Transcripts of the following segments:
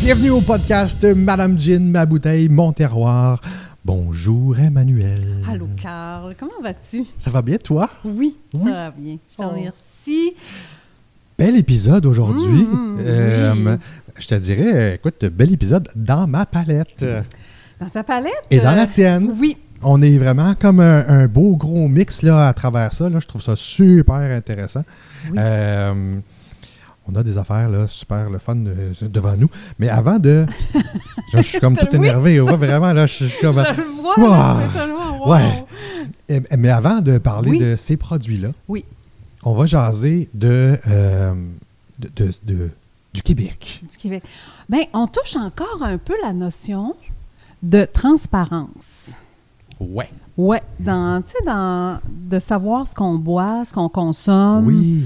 bienvenue au podcast Madame Jean, ma bouteille, mon terroir. Bonjour Emmanuel. Allô, Carl. Comment vas-tu? Ça va bien toi? Oui, Mhm. Oui. ça va bien. Je te Oh. remercie. Bel épisode aujourd'hui. Mmh, Euh, Je te dirais, euh, écoute, bel épisode dans ma palette euh, Dans ta palette? et dans la euh, tienne. Oui. On est vraiment comme un, un beau gros mix là, à travers ça. là. Je trouve ça super intéressant. Oui. Euh, on a des affaires là, super le fun euh, devant nous. Mais avant de. je, suis comme tout Oui, énervé. ouais, vraiment, là, je, je suis comme. Je le vois, Ah, ben. Wow. là, c'est tellement wow. Ouais. Eh, eh, Mais avant de parler Oui. de ces produits-là, Oui, on va jaser de, euh, de- de- de- du Québec. du Québec. Bien, on touche encore un peu la notion de transparence. Ouais. Oui, dans, tu sais, dans, de savoir ce qu'on boit, ce qu'on consomme. Oui.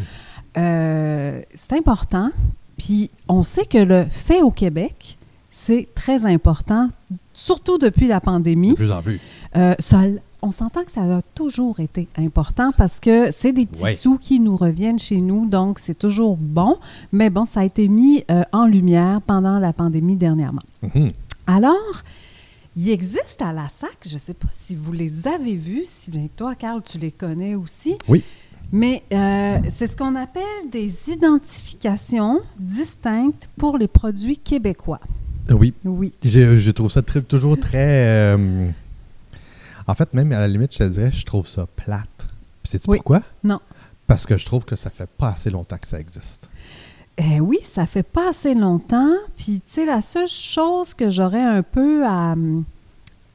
Euh, c'est important. Puis on sait que le fait au Québec, c'est très important, surtout depuis la De pandémie. plus en plus. Euh, ça l- on s'entend que ça a toujours été important parce que c'est des petits Ouais. sous qui nous reviennent chez nous, donc c'est toujours bon. Mais bon, ça a été mis euh, en lumière pendant la pandémie dernièrement. Mhm. Alors, il existe à la SAC, je ne sais pas si vous les avez vus, si bien toi, Carl, tu les connais aussi. Oui. Mais euh, c'est ce qu'on appelle des identifications distinctes pour les produits québécois. Euh, Oui. Oui. Je, je trouve ça très- toujours très. euh, en fait, même à la limite, je te dirais, je trouve ça plate. Puis sais-tu Oui. pourquoi? Non. Parce que je trouve que ça fait pas assez longtemps que ça existe. Eh oui, ça fait pas assez longtemps. Puis, tu sais, la seule chose que j'aurais un peu à, mm,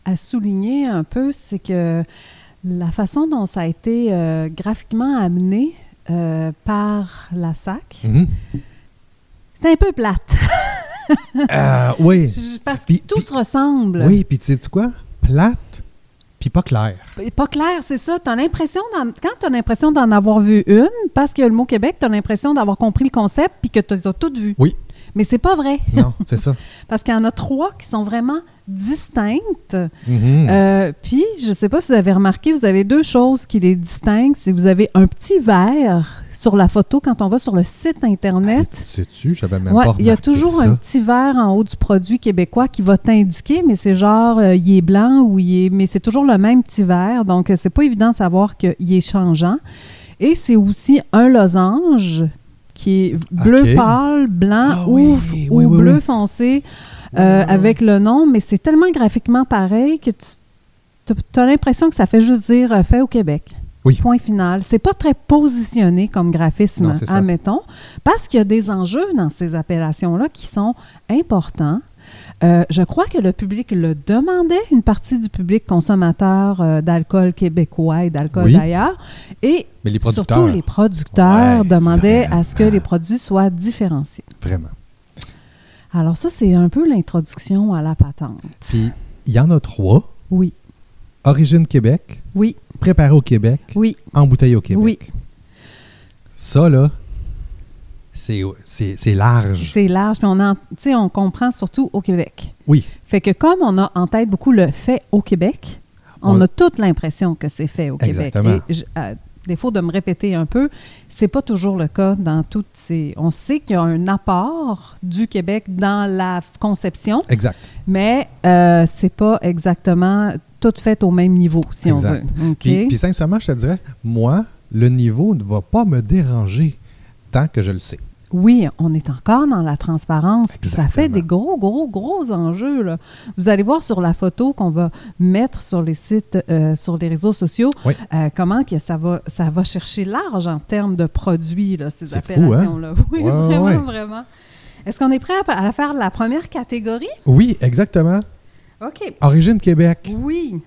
à souligner un peu, c'est que la façon dont ça a été euh, graphiquement amené euh, par la SAC, Mhm. c'est un peu plate. Euh, oui. Je- Parce que Puis- tout puis- se ressemble. Oui, puis tu sais-tu quoi? Plate, puis pas clair. Et Pas clair, c'est ça. T'as l'impression d'en- quand tu as l'impression d'en avoir vu une, parce qu'il y a le mot Québec, tu as l'impression d'avoir compris le concept puis que tu les as toutes vues. Oui. Mais c'est pas vrai, Non, c'est ça. parce qu'il y en a trois qui sont vraiment distinctes. Mhm. Euh, puis, je sais pas si vous avez remarqué, vous avez deux choses qui les distinguent. C'est vous avez un petit verre sur la photo quand on va sur le site Tu Internet. Sais-tu, j'avais Ah, même Ouais, pas il y a remarqué toujours ça. un petit verre en haut du produit québécois qui va t'indiquer, mais c'est genre, euh, il est blanc ou il est... Mais c'est toujours le même petit verre, donc euh, c'est pas évident de savoir qu'il est changeant. Et c'est aussi un losange qui est bleu Ok. pâle, blanc Ah ou, oui, f- oui, ou oui, oui. Ah. bleu foncé euh, avec le nom, mais c'est tellement graphiquement pareil que tu as l'impression que ça fait juste dire euh, fait au Québec. Oui. Point final. C'est pas très positionné comme graphisme, Non, c'est ça. admettons, parce qu'il y a des enjeux dans ces appellations-là qui sont importants. Euh, je crois que le public le demandait, une partie du public consommateur euh, d'alcool québécois et d'alcool Oui. d'ailleurs. Et Mais les producteurs, surtout, les producteurs Ouais, demandaient à ce que les produits soient différenciés. vraiment. Alors ça, c'est un peu l'introduction à la patente. Puis, il y en a trois. Oui, Origine Québec, oui, préparé au Québec, oui, embouteillé au Québec. oui. Ça, là, c'est c'est- c'est large. C'est large, mais on, en- tu sais, on comprend surtout au Québec. Oui. Fait que comme on a en tête beaucoup le fait au Québec, on On- a toute l'impression que c'est fait au Exactement. Québec. Et je- à défaut de me répéter un peu, c'est pas toujours le cas dans toutes ces. On sait qu'il y a un apport du Québec dans la f- conception, Exact. mais euh, c'est pas exactement tout fait au même niveau, si Exact. on veut. OK? Puis, puis sincèrement, je te dirais, moi, le niveau ne va pas me déranger tant que je le sais. Oui, on est encore dans la transparence. Puis ça fait Exactement. des gros, gros, gros enjeux. là. Vous allez voir sur la photo qu'on va mettre sur les sites, euh, sur les réseaux sociaux, Oui. euh, comment que ça va, ça va chercher large en termes de produits, là, ces C'est fou, hein? appellations-là. Oui, Ouais, ouais, vraiment, ouais. vraiment. Est-ce qu'on est prêt à, à faire la première catégorie? Oui, exactement. OK. Origine Québec. Oui.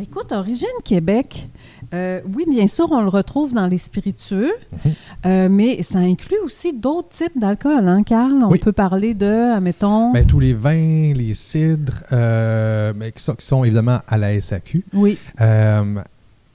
Écoute, Origine Québec, euh, oui, bien sûr, on le retrouve dans les spiritueux, Mhm. euh, mais ça inclut aussi d'autres types d'alcool, hein, Carl? On Oui. peut parler de, mettons, Mais Ben, tous les vins, les cidres, euh, mais qui, sont, qui sont évidemment à la SAQ. oui, Euh,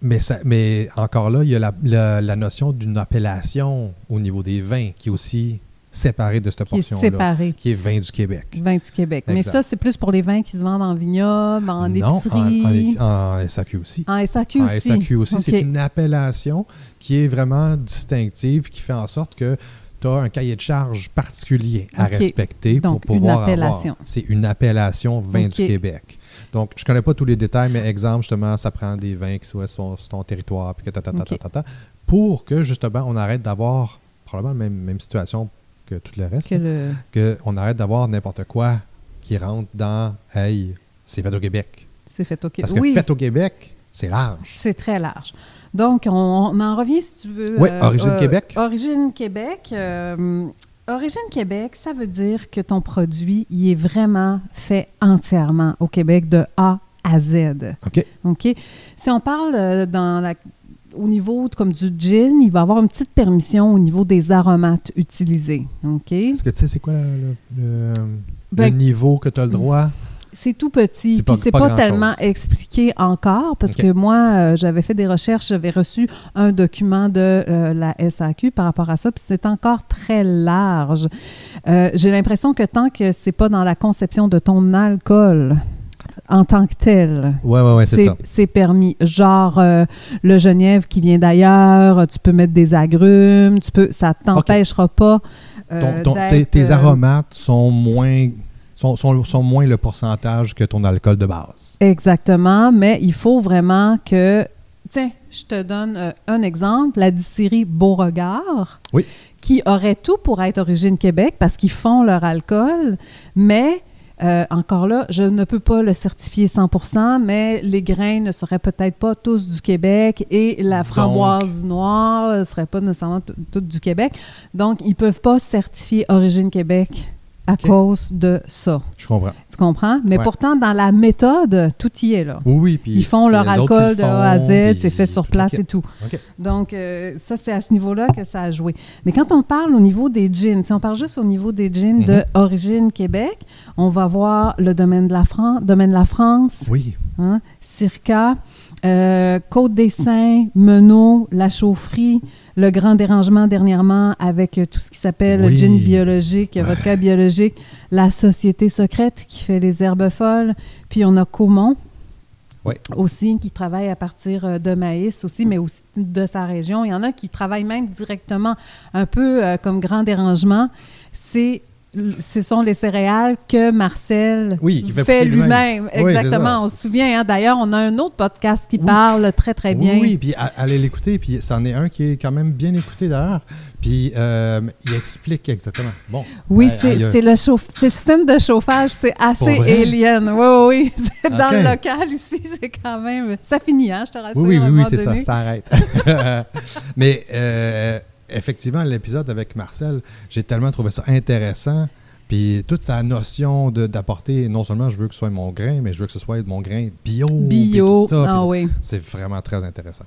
mais, ça- mais encore là, il y a la, la- la notion d'une appellation au niveau des vins qui est aussi séparée de cette qui est portion-là, séparé, qui est vin du Québec. vin du Québec. Mais Exact. ça, c'est plus pour les vins qui se vendent en vignoble, en épicerie, En, en- en SAQ aussi. en, SAQ en aussi. SAQ aussi, OK. c'est une appellation qui est vraiment distinctive, qui fait en sorte que tu as un cahier de charge particulier à OK. respecter Donc, pour une pouvoir appellation. avoir. C'est une appellation vin OK. du Québec. Donc, je connais pas tous les détails, mais exemple, justement, ça prend des vins qui soient sur, sur ton territoire, puis que ta, ta, ta, OK. ta, ta, ta, pour que, justement, on arrête d'avoir probablement la même, même situation que tout le reste, Que le... là, qu'on arrête d'avoir n'importe quoi qui rentre dans « Hey, c'est fait au Québec C'est fait au ». Québec. Parce que oui, fait au Québec », c'est large. c'est très large. Donc, on, on en revient, si tu veux. euh, Oui, Origine Québec. Origine Québec. euh, Origine Québec, ça veut dire que ton produit, il est vraiment fait entièrement au Québec de A à Z. OK. OK? Si on parle euh, dans la- au niveau de- comme du gin, il va y avoir une petite permission au niveau des aromates utilisés. OK? Est-ce que tu sais c'est quoi le, le- le Ben, niveau que tu as le droit? C'est tout petit, C'est pas- puis c'est pas pas, grand-chose. tellement expliqué encore parce OK. que moi, euh, j'avais fait des recherches, j'avais reçu un document de euh, la SAQ par rapport à ça, puis c'est encore très large. Euh, J'ai l'impression que tant que c'est pas dans la conception de ton alcool en tant que tel, Oui, oui, oui, c'est c'est ça. c'est permis. Genre euh, le Genièvre qui vient d'ailleurs, euh, tu peux mettre des agrumes, tu peux, ça t'empêchera pas. euh, Ton- ton- tes, d'être, tes euh, aromates sont moins, sont, sont- sont moins le pourcentage que ton alcool de base. Exactement, mais il faut vraiment que. Tiens, je te donne euh, un exemple, la distillerie Beauregard, Oui. qui aurait tout pour être origine Québec parce qu'ils font leur alcool, mais euh, encore là, je ne peux pas le certifier 100 mais les grains ne seraient peut-être pas tous du Québec et la Donc- framboise noire ne serait pas nécessairement t- toute du Québec. Donc, ils ne peuvent pas certifier origine Québec à OK. cause de ça. Je comprends. Tu comprends? Mais Ouais. pourtant, dans la méthode, tout y est là. Oui, oui. Puis Ils font c'est leur les autres qui alcool de le A à font, Z, puis- c'est fait sur place et tout. OK. Donc, euh, ça, c'est à ce niveau-là que ça a joué. Mais quand on parle au niveau des jeans, si on parle juste au niveau des jeans de Mhm. origine Québec, on va voir le domaine de la, France, domaine de la France, Oui. hein, Circa, euh, Côte des Saints, Menot, La Chaufferie, le grand dérangement dernièrement avec euh, tout ce qui s'appelle le Oui. gin biologique, Ouais. vodka biologique, la Société secrète qui fait les herbes folles, puis on a Caumont Ouais. aussi qui travaille à partir euh, de maïs aussi, mais aussi de sa région. Il y en a qui travaillent même directement, un peu euh, comme grand dérangement. C'est ce sont les céréales que Marcel Oui, qui fait pousser lui-même. lui-même. Oui, Exactement. c'est ça. on se souvient. hein. D'ailleurs, on a un autre podcast qui Oui. parle très, très bien. Oui, oui, puis a- allez l'écouter. Puis c'en est un qui est quand même bien écouté d'ailleurs. Puis euh, il explique exactement. Bon. Oui, Aïe, c'est Ben, aïe, aïe. c'est le chauffe- c'est le système de chauffage, c'est assez pour vrai? alien. Oui, oui, oui. C'est dans Ok. le local ici, c'est quand même. Ça finit, hein, je te rassure. Oui, oui, à un oui, oui, moment c'est ça, donné. ça arrête. Mais euh, effectivement, l'épisode avec Marcel, j'ai tellement trouvé ça intéressant. Puis toute sa notion de- d'apporter, non seulement je veux que ce soit mon grain, mais je veux que ce soit mon grain bio. oh, puis Bio. tout ça, ah puis- oui. C'est vraiment très intéressant.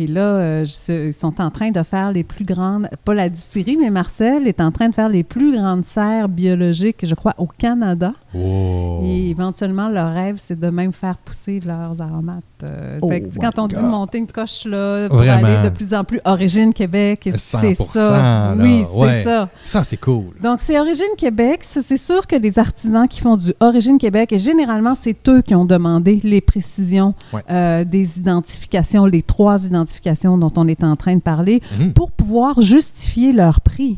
Et là, euh, je- ils sont en train de faire les plus grandes, pas la distillerie, mais Marcel est en train de faire les plus grandes serres biologiques, je crois, au Canada. Wow. Et éventuellement, leur rêve, c'est de même faire pousser leurs aromates. Euh, Oh fait que, tu sais, my quand on dit God. monter une coche là, pour Vraiment. aller de plus en plus origine Québec, c'est 100%, ça. là, oui, c'est ouais. ça. Ça, c'est cool. Donc, c'est Origine Québec. Ça, C'est sûr que les artisans qui font du Origine Québec, et généralement, c'est eux qui ont demandé les précisions Ouais. euh, des identifications, les trois identifications dont on est en train de parler, Mhm. pour pouvoir justifier leur prix.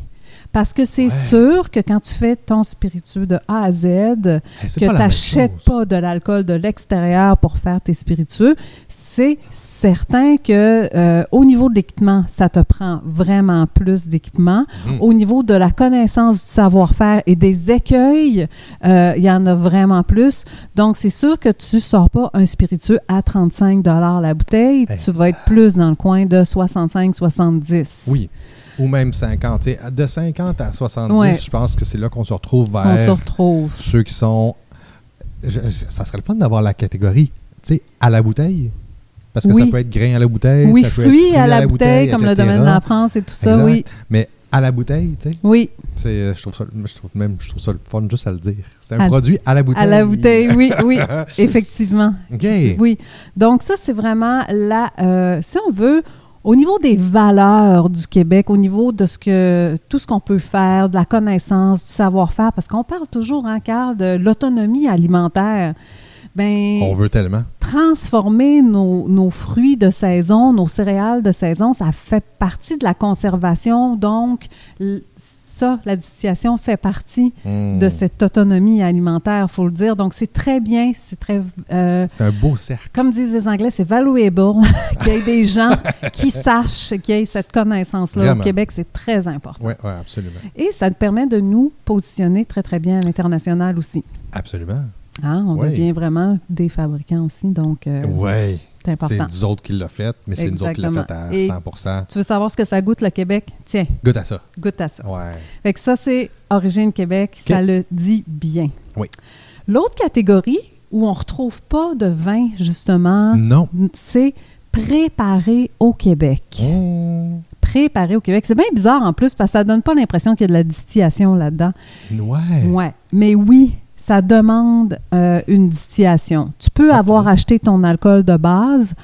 Parce que c'est Ouais. sûr que quand tu fais ton spiritueux de A à Z, Eh, c'est pas que tu la même n'achètes chose. pas de l'alcool de l'extérieur pour faire tes spiritueux, c'est certain que euh, au niveau de l'équipement, ça te prend vraiment plus d'équipement. Mhm. Au niveau de la connaissance du savoir-faire et des écueils, euh, il y en a vraiment plus. Donc, c'est sûr que tu sors pas un spiritueux à 35 la bouteille. Hey, tu vas être plus dans le coin de 65-70. Oui. Ou même 50. Et de 50 à 70, Ouais. je pense que c'est là qu'on se retrouve vers On se retrouve. ceux qui sont. je- je- ça serait le fun d'avoir la catégorie, tu sais, à la bouteille. Parce que Oui. ça peut être grain à la bouteille. Oui, ça peut être fruits à la bouteille, comme le etc.. domaine de la France et tout ça, Exact. oui. Mais à la bouteille, tu sais, Oui, c'est, euh, je trouve ça, je trouve même, je trouve ça le fun juste à le dire. C'est un À- produit à la bouteille. à la bouteille, oui, oui, effectivement. OK. Oui. Donc, ça, c'est vraiment la. euh, si on veut, au niveau des valeurs du Québec, au niveau de ce que tout ce qu'on peut faire, de la connaissance, du savoir-faire, parce qu'on parle toujours, hein, Carl, de l'autonomie alimentaire. Ben, On veut tellement. transformer nos, nos fruits de saison, nos céréales de saison, ça fait partie de la conservation. Donc, l- ça, la distillation fait partie Hmm. de cette autonomie alimentaire, faut le dire. Donc, c'est très bien, c'est très... euh, C'est un beau cercle. comme disent les Anglais, c'est valuable qu'il y ait des gens qui sachent, qui aient cette connaissance-là. Au Vraiment. Québec, c'est très important. Oui, ouais, absolument. Et ça nous permet de nous positionner très, très bien à l'international aussi. Absolument. Hein, on Oui. devient vraiment des fabricants aussi, donc euh, oui. c'est C'est important. nous autres qui l'a fait, mais c'est nous autres qui l'a fait à Exactement. 100 Tu veux savoir ce que ça goûte, le Québec? Tiens, Goûte à ça. goûte à ça. Ouais. Fait que ça, c'est Origine Québec. Ça Ah. Ok. le dit bien. Oui. L'autre catégorie où on ne retrouve pas de vin, justement, Non. c'est préparé au Québec. Mmh. Préparé au Québec. C'est bien bizarre en plus parce que ça donne pas l'impression qu'il y a de la distillation là-dedans. Ouais. Ouais. Mais oui, ça demande euh, une distillation. Tu peux Ok. avoir acheté ton alcool de base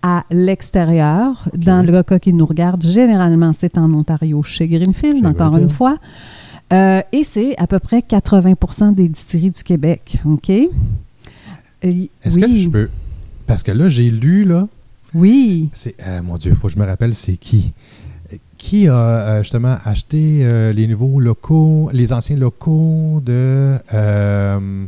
à l'extérieur. Dans le cas qui nous regarde, généralement, c'est en Ontario, chez Greenfield, Chez encore Greenfield. une fois. Euh, et c'est à peu près 80 des distilleries du Québec. OK? Et- Est-ce que je peux. Parce que là, j'ai lu, là. Oui. C'est. euh, mon Dieu, il faut que je me rappelle, c'est qui Euh, Qui a euh, justement acheté euh, les nouveaux locaux, les anciens locaux de. euh,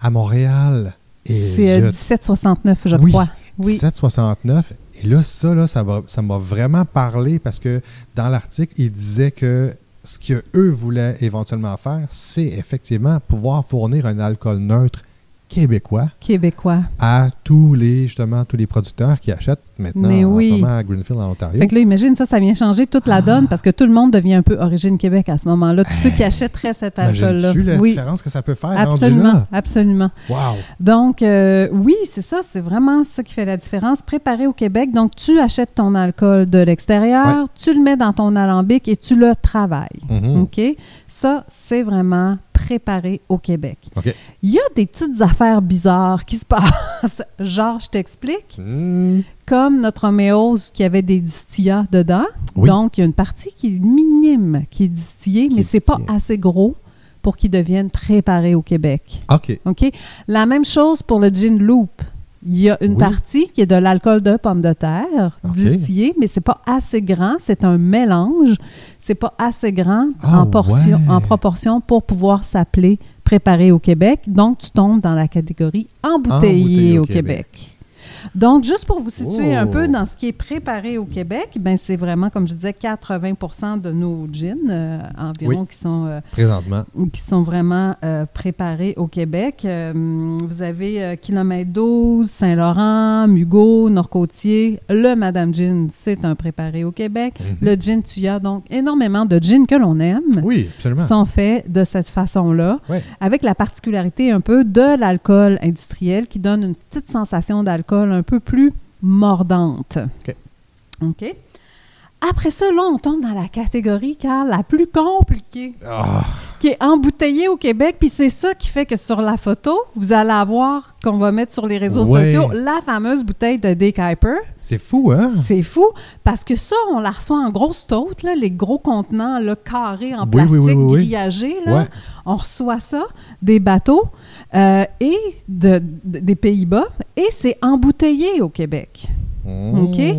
à Montréal Et C'est euh, zut, 1769, je Oui. crois. Oui. 1769. Et là, ça, là, ça va- ça m'a vraiment parlé parce que dans l'article, il disait que ce qu'eux voulaient éventuellement faire, c'est effectivement pouvoir fournir un alcool neutre québécois Québécois. à tous les justement tous les producteurs qui achètent maintenant Mais en oui. ce moment à Greenfield en Ontario. Fait que là, imagine ça, ça vient changer toute la Ah. donne parce que tout le monde devient un peu origine Québec à ce moment-là. Tous ceux qui achèteraient cet alcool-là. T'imagines-tu la Oui, différence que ça peut faire rendu absolument, là? absolument. Wow! Donc, euh, oui, c'est ça, c'est vraiment ça qui fait la différence. Préparé au Québec, donc tu achètes ton alcool de l'extérieur, tu le mets dans ton alambic et tu le travailles. Mhm. OK? Ça, c'est vraiment préparé au Québec. OK. Il y a des petites affaires bizarres qui se passent. Genre, je t'explique Mm. comme notre homéose qui avait des distillats dedans. Oui. Donc, il y a une partie qui est minime, qui est distillée, Qui mais est c'est pas distillée. assez gros pour qu'il devienne préparé au Québec. OK. OK? La même chose pour le gin loop. Il y a une Oui. partie qui est de l'alcool de pomme de terre OK. distillé, mais c'est pas assez grand. C'est un mélange. C'est pas assez grand Ah en, portion- ouais. en proportion pour pouvoir s'appeler préparé au Québec. Donc, tu tombes dans la catégorie embouteillé, Embouteillé au, au Québec. Donc, juste pour vous situer un Oh. peu dans ce qui est préparé au Québec, ben c'est vraiment, comme je disais, 80 de nos gins euh, environ qui sont euh, Présentement. ou qui sont vraiment euh, préparés au Québec. Euh, vous avez euh, Kilomètre 12, Saint-Laurent, Mugo, Nord-Côtier. Le Madame Gin, c'est un préparé au Québec. Mhm. Le gin tuya, donc énormément de gins que l'on aime Oui, absolument. sont faits de cette façon-là, Ouais. avec la particularité un peu de l'alcool industriel qui donne une petite sensation d'alcool un peu plus mordante. OK. OK. Après ça, là, on tombe dans la catégorie car la plus compliquée Ah, qui est embouteillé au Québec. Puis c'est ça qui fait que sur la photo, vous allez avoir, qu'on va mettre sur les réseaux Ouais. sociaux, la fameuse bouteille de Dick Hyper. c'est fou, hein? C'est fou parce que ça, on la reçoit en grosse tôte, là, les gros contenants là, carrés en Oui, plastique oui, oui, oui, oui. grillagé. là. Ouais. On reçoit ça des bateaux euh, et de- de- des Pays-Bas et c'est embouteillé au Québec. OK. Mm.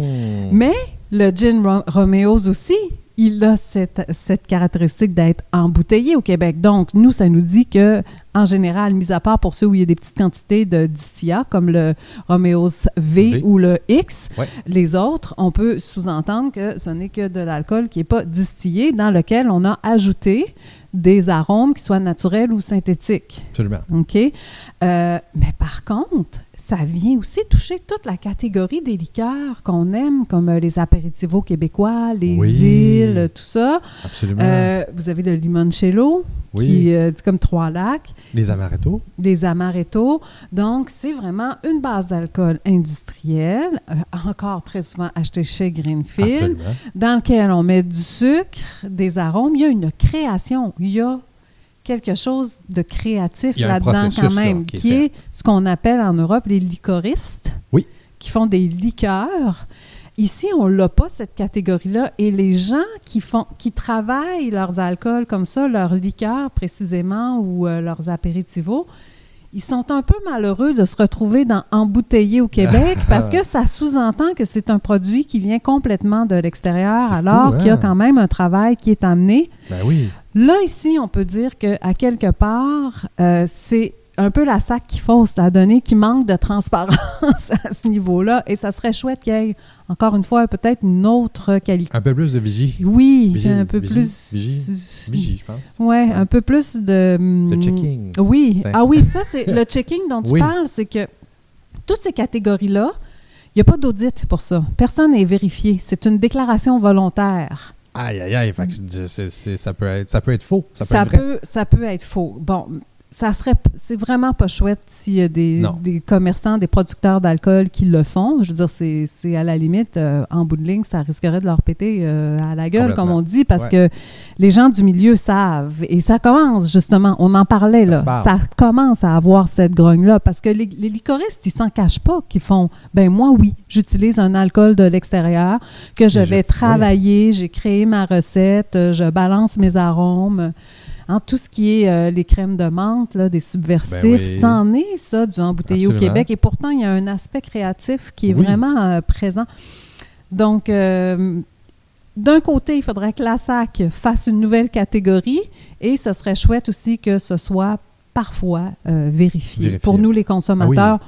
Mais le gin Ro- Romeo's aussi, il a cette, cette caractéristique d'être embouteillé au Québec. Donc, nous, ça nous dit que, en général, mis à part pour ceux où il y a des petites quantités de distillat, comme le Romeo's v, V. ou le X, Ouais. les autres, on peut sous-entendre que ce n'est que de l'alcool qui n'est pas distillé, dans lequel on a ajouté des arômes qui soient naturels ou synthétiques. Absolument. OK? Euh, mais par contre, ça vient aussi toucher toute la catégorie des liqueurs qu'on aime, comme euh, les apéritivos québécois, les Oui. îles, euh, tout ça. Absolument. Euh, vous avez le limoncello, Oui. qui euh, dit comme trois lacs, Les amarettos. les amarettos. Donc, c'est vraiment une base d'alcool industrielle, euh, encore très souvent achetée chez Greenfield Absolument. dans lequel on met du sucre, des arômes. Il y a une création, il y a quelque chose de créatif Il y a un là-dedans processus, quand là, même, qui est qui est ce qu'on appelle en Europe les licoristes, Oui. qui font des liqueurs. Ici, on l'a pas cette catégorie-là, et les gens qui font, qui travaillent leurs alcools comme ça, leurs liqueurs précisément ou euh, leurs apéritivos, ils sont un peu malheureux de se retrouver dans embouteillé au Québec parce que ça sous-entend que c'est un produit qui vient complètement de l'extérieur C'est alors fou, hein? qu'il y a quand même un travail qui est amené. Ben oui. Là, ici, on peut dire que à quelque part, euh, c'est un peu la sac qui fausse, la donnée qui manque de transparence à ce niveau-là. Et ça serait chouette qu'il y ait, encore une fois, peut-être une autre qualité. Un peu plus de vigie. Oui, Vigie, un peu vigie, plus. vigie, Vigie, je pense. Ouais, un peu plus de. De hum, checking. Oui. Tiens. Ah oui, ça, c'est le checking dont tu Oui. parles, c'est que toutes ces catégories-là, il n'y a pas d'audit pour ça. Personne n'est vérifié. C'est une déclaration volontaire. Aïe, aïe, aïe. Fait que c'est- c'est- c'est- ça, peut être, ça peut être faux. Ça peut ça être vrai. peut, ça peut être faux. Bon, ça serait, c'est vraiment pas chouette s'il y a des, Non. des commerçants, des producteurs d'alcool qui le font. Je veux dire, c'est, c'est à la limite, euh, en bout de ligne, ça risquerait de leur péter euh, à la gueule, Complètement. comme on dit, parce que les gens du milieu savent. Et ça commence, justement, on en parlait, Ça là. se parle. Ça commence à avoir cette grogne-là, parce que les, les licoristes, ils s'en cachent pas, qu'ils font, ben moi, oui, j'utilise un alcool de l'extérieur, que je Et je- vais oui. travailler, j'ai créé ma recette, euh, je balance mes arômes. Hein, tout ce qui est euh, les crèmes de menthe, là, des subversifs, Ben oui. ça en est, ça, du embouteillé au Absolument. Québec. Et pourtant, il y a un aspect créatif qui est Oui. vraiment euh, présent. Donc, euh, d'un côté, il faudrait que la SAC fasse une nouvelle catégorie et ce serait chouette aussi que ce soit parfois euh, vérifié. Vérifié. Ah Pour nous, les consommateurs,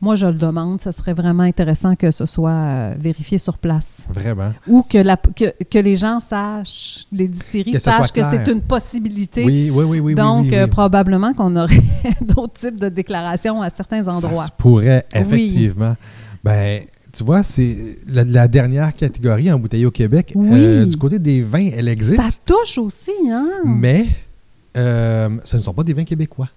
moi, je le demande, ce serait vraiment intéressant que ce soit euh, vérifié sur place Vraiment. ou que, la, que, que les gens sachent, les distilleries Que ça soit sachent que clair. c'est une possibilité. Oui, oui, oui, oui, oui. Donc, oui, oui. euh, probablement qu'on aurait d'autres types de déclarations à certains endroits. Ça se pourrait, Oui. effectivement. Ben, tu vois, c'est la, la dernière catégorie embouteillée au Québec. euh, Oui. du côté des vins, elle existe, Ça touche aussi, hein? mais euh, ce ne sont pas des vins québécois.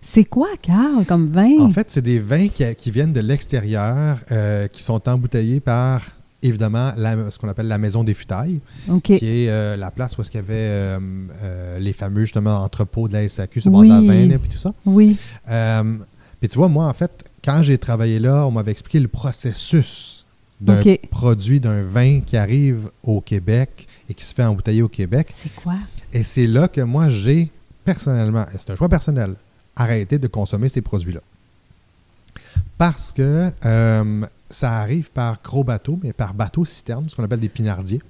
C'est quoi, Carl, comme vin? En fait, c'est des vins qui, qui viennent de l'extérieur, euh, qui sont embouteillés par, évidemment, la- ce qu'on appelle la maison des futailles, OK. qui est euh, la place où est-ce qu'il y avait euh, euh, les fameux, justement, entrepôts de la SAQ, ce Oui. bord à vin, là, puis tout ça. Oui. Euh, Puis tu vois, moi, en fait, quand j'ai travaillé là, on m'avait expliqué le processus d'un Ok. produit, d'un vin qui arrive au Québec et qui se fait embouteiller au Québec. C'est quoi? Et c'est là que moi, j'ai personnellement, et c'est un choix personnel, arrêté de consommer ces produits-là. Parce que euh, ça arrive par gros bateau, mais par bateau-citerne, ce qu'on appelle des pinardiers.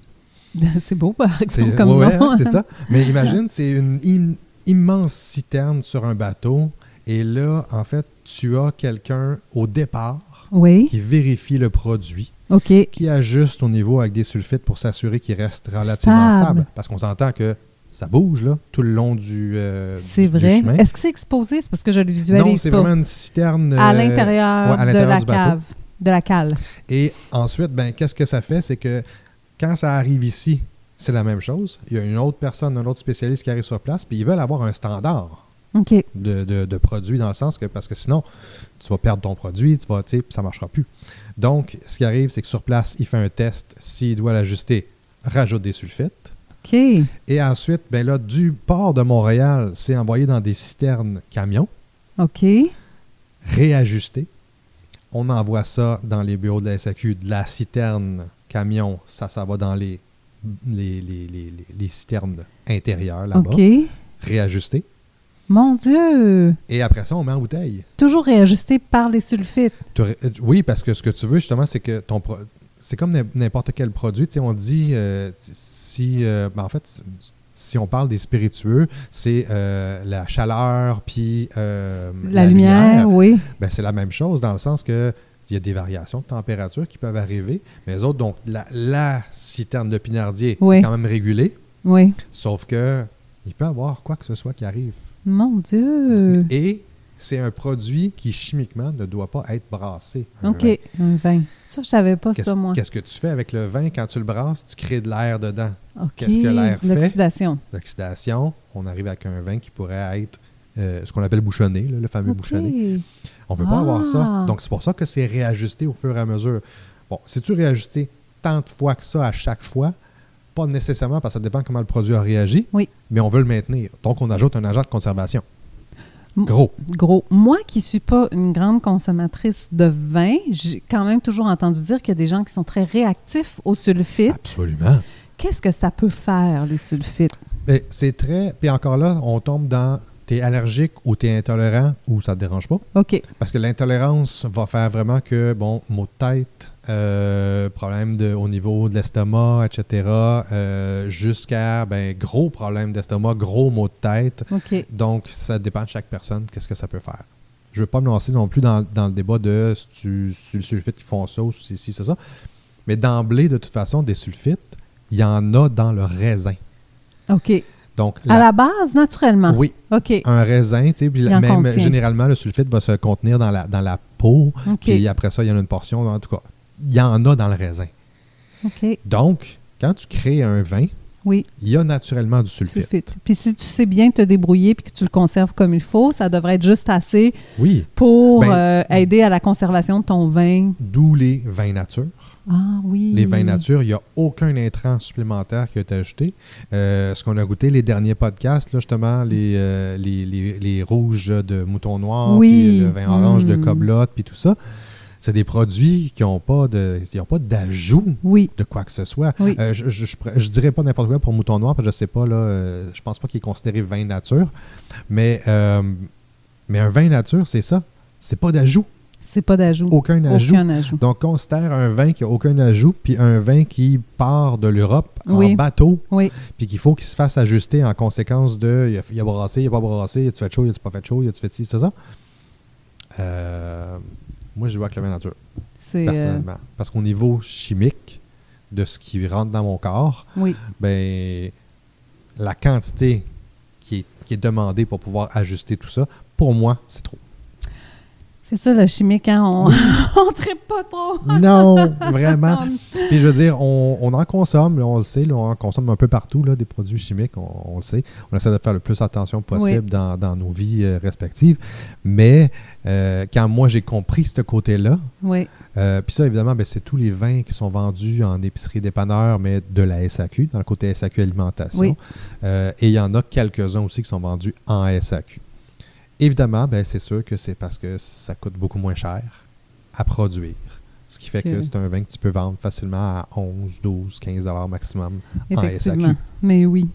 c'est beau, par exemple, C'est comme ouais, ouais, nom. hein, c'est ça. Mais imagine, c'est une im- immense citerne sur un bateau. Et là, en fait, tu as quelqu'un au départ Oui. qui vérifie le produit, OK. qui ajuste au niveau avec des sulfites pour s'assurer qu'il reste relativement Stable. stable. Parce qu'on s'entend que ça bouge là, tout le long du, euh, C'est du- du vrai. chemin. Est-ce que c'est exposé? C'est parce que je le Non, visualise c'est pas. vraiment une citerne à euh, l'intérieur ouais, à de l'intérieur la du bateau. cave, de la cale. Et ensuite, ben, qu'est-ce que ça fait? C'est que quand ça arrive ici, c'est la même chose. Il y a une autre personne, un autre spécialiste qui arrive sur place, puis ils veulent avoir un standard OK. de, de, de produit dans le sens que, parce que sinon, tu vas perdre ton produit, tu vas, tu sais, puis ça ne marchera plus. Donc, ce qui arrive, c'est que sur place, il fait un test. S'il doit l'ajuster, rajoute des sulfites. OK. Et ensuite, ben là, du port de Montréal, c'est envoyé dans des citernes camions, OK. réajusté. On envoie ça dans les bureaux de la SAQ, de la citerne camion, ça, ça va dans les, les, les, les, les- les citernes intérieures là-bas, OK. réajusté. Mon Dieu! Et après ça, on met en bouteille. Toujours réajusté par les sulfites. Tu aurais- euh, Oui, parce que ce que tu veux, justement, c'est que ton pro- c'est comme n'im- n'importe quel produit. Tu sais, on dit euh, si euh, ben, en fait si on parle des spiritueux, c'est euh, la chaleur puis euh, La, lumière, oui. Ben, c'est la même chose dans le sens que il y a des variations de température qui peuvent arriver, mais les autres donc la, la citerne de Pinardier Oui. est quand même régulée, Oui. sauf que il peut y avoir quoi que ce soit qui arrive. Mon Dieu. Et c'est un produit qui chimiquement ne doit pas être brassé. Un OK. vin. Un vin. Ça, je savais pas Qu'est-ce ça, moi. qu'est-ce que tu fais avec le vin quand tu le brasses? Tu crées de l'air dedans. OK. qu'est-ce que l'air fait? L'oxydation. L'oxydation, on arrive avec un vin qui pourrait être euh, ce qu'on appelle bouchonné, là, le fameux OK. bouchonné. On ne veut pas Ah. avoir ça. Donc, c'est pour ça que c'est réajusté au fur et à mesure. Bon, si tu réajusté tant de fois que ça à chaque fois, pas nécessairement parce que ça dépend comment le produit a réagi, Oui. mais on veut le maintenir. Donc, on ajoute un agent de conservation. M- Gros. Gros. Moi qui suis pas une grande consommatrice de vin, j'ai quand même toujours entendu dire qu'il y a des gens qui sont très réactifs aux sulfites. Absolument. Qu'est-ce que ça peut faire, les sulfites? Mais C'est très. Puis encore là, on tombe dans tu es allergique ou tu es intolérant ou ça te dérange pas. OK. Parce que l'intolérance va faire vraiment que, bon, maux de tête, euh, problème de, au niveau de l'estomac, etc., euh, jusqu'à, ben, gros problème d'estomac, gros maux de tête. OK. Donc, ça dépend de chaque personne, qu'est-ce que ça peut faire. Je ne veux pas me lancer non plus dans, dans le débat de si tu, si le sulfite qui font ça ou si, si, c'est ça. Mais d'emblée, de toute façon, des sulfites, il y en a dans le raisin. OK. Donc, À la base, naturellement. oui, OK. un raisin, tu sais, puis Ah Il la- en même contient. généralement, le sulfite va se contenir dans la, dans la peau, OK. Ah, puis après ça, il y en a une portion, en tout cas, il y en a dans le raisin. OK. Donc, quand tu crées un vin, Oui, il y a naturellement du sulfite. sulfite. Puis si tu sais bien te débrouiller puis que tu le conserves comme il faut, ça devrait être juste assez Oui, pour Ben- euh, aider à la conservation de ton vin. d'où les vins nature. Ah oui. Les vins nature, il n'y a aucun intrant supplémentaire qui a été ajouté. Euh, ce qu'on a goûté les derniers podcasts, là, justement, les, euh, les, les- les rouges de mouton noir, Oui. puis le vin orange de Mm. coblotte, puis tout ça, c'est des produits qui n'ont pas de- ils ont pas d'ajout Oui. de quoi que ce soit. Oui. Euh, je, je, je pr- je dirais pas n'importe quoi pour Mouton Noir, parce que je sais pas, là, euh, je pense pas qu'il est considéré vin nature. Mais, euh, mais un vin nature, c'est ça. C'est pas d'ajout. C'est pas d'ajout. Aucun ajout. Aucun ajout. Donc, considère un vin qui a aucun ajout, puis un vin qui part de l'Europe en Oui. bateau, Oui. puis qu'il faut qu'il se fasse ajuster en conséquence de il a, il a brassé, il a pas brassé, il a-tu fait chaud, il a-tu pas fait chaud, il a-tu fait ci, c'est ça? Euh, moi, je vois avec le vin nature C'est. euh, personnellement. Parce qu'au niveau chimique de ce qui rentre dans mon corps, oui. ben, la quantité qui est, qui est demandée pour pouvoir ajuster tout ça, pour moi, c'est trop. C'est ça, le chimique, hein? On ne tripe pas trop. Non, vraiment. Puis je veux dire, on, on en consomme, là, on le sait, là, on en consomme un peu partout, là, des produits chimiques, on, on le sait. On essaie de faire le plus attention possible dans, dans nos vies euh, respectives. Mais euh, quand moi, j'ai compris ce côté-là, Oui. Euh, Puis ça, évidemment, ben, c'est tous les vins qui sont vendus en épicerie dépanneur, mais de la SAQ, dans le côté SAQ alimentation. Oui. Euh, et il y en a quelques-uns aussi qui sont vendus en SAQ. Évidemment, ben, c'est sûr que c'est parce que ça coûte beaucoup moins cher à produire. Ce qui fait que Que- c'est un vin que tu peux vendre facilement à 11, 12, 15 dollars maximum. En Effectivement. SAQ. Mais oui.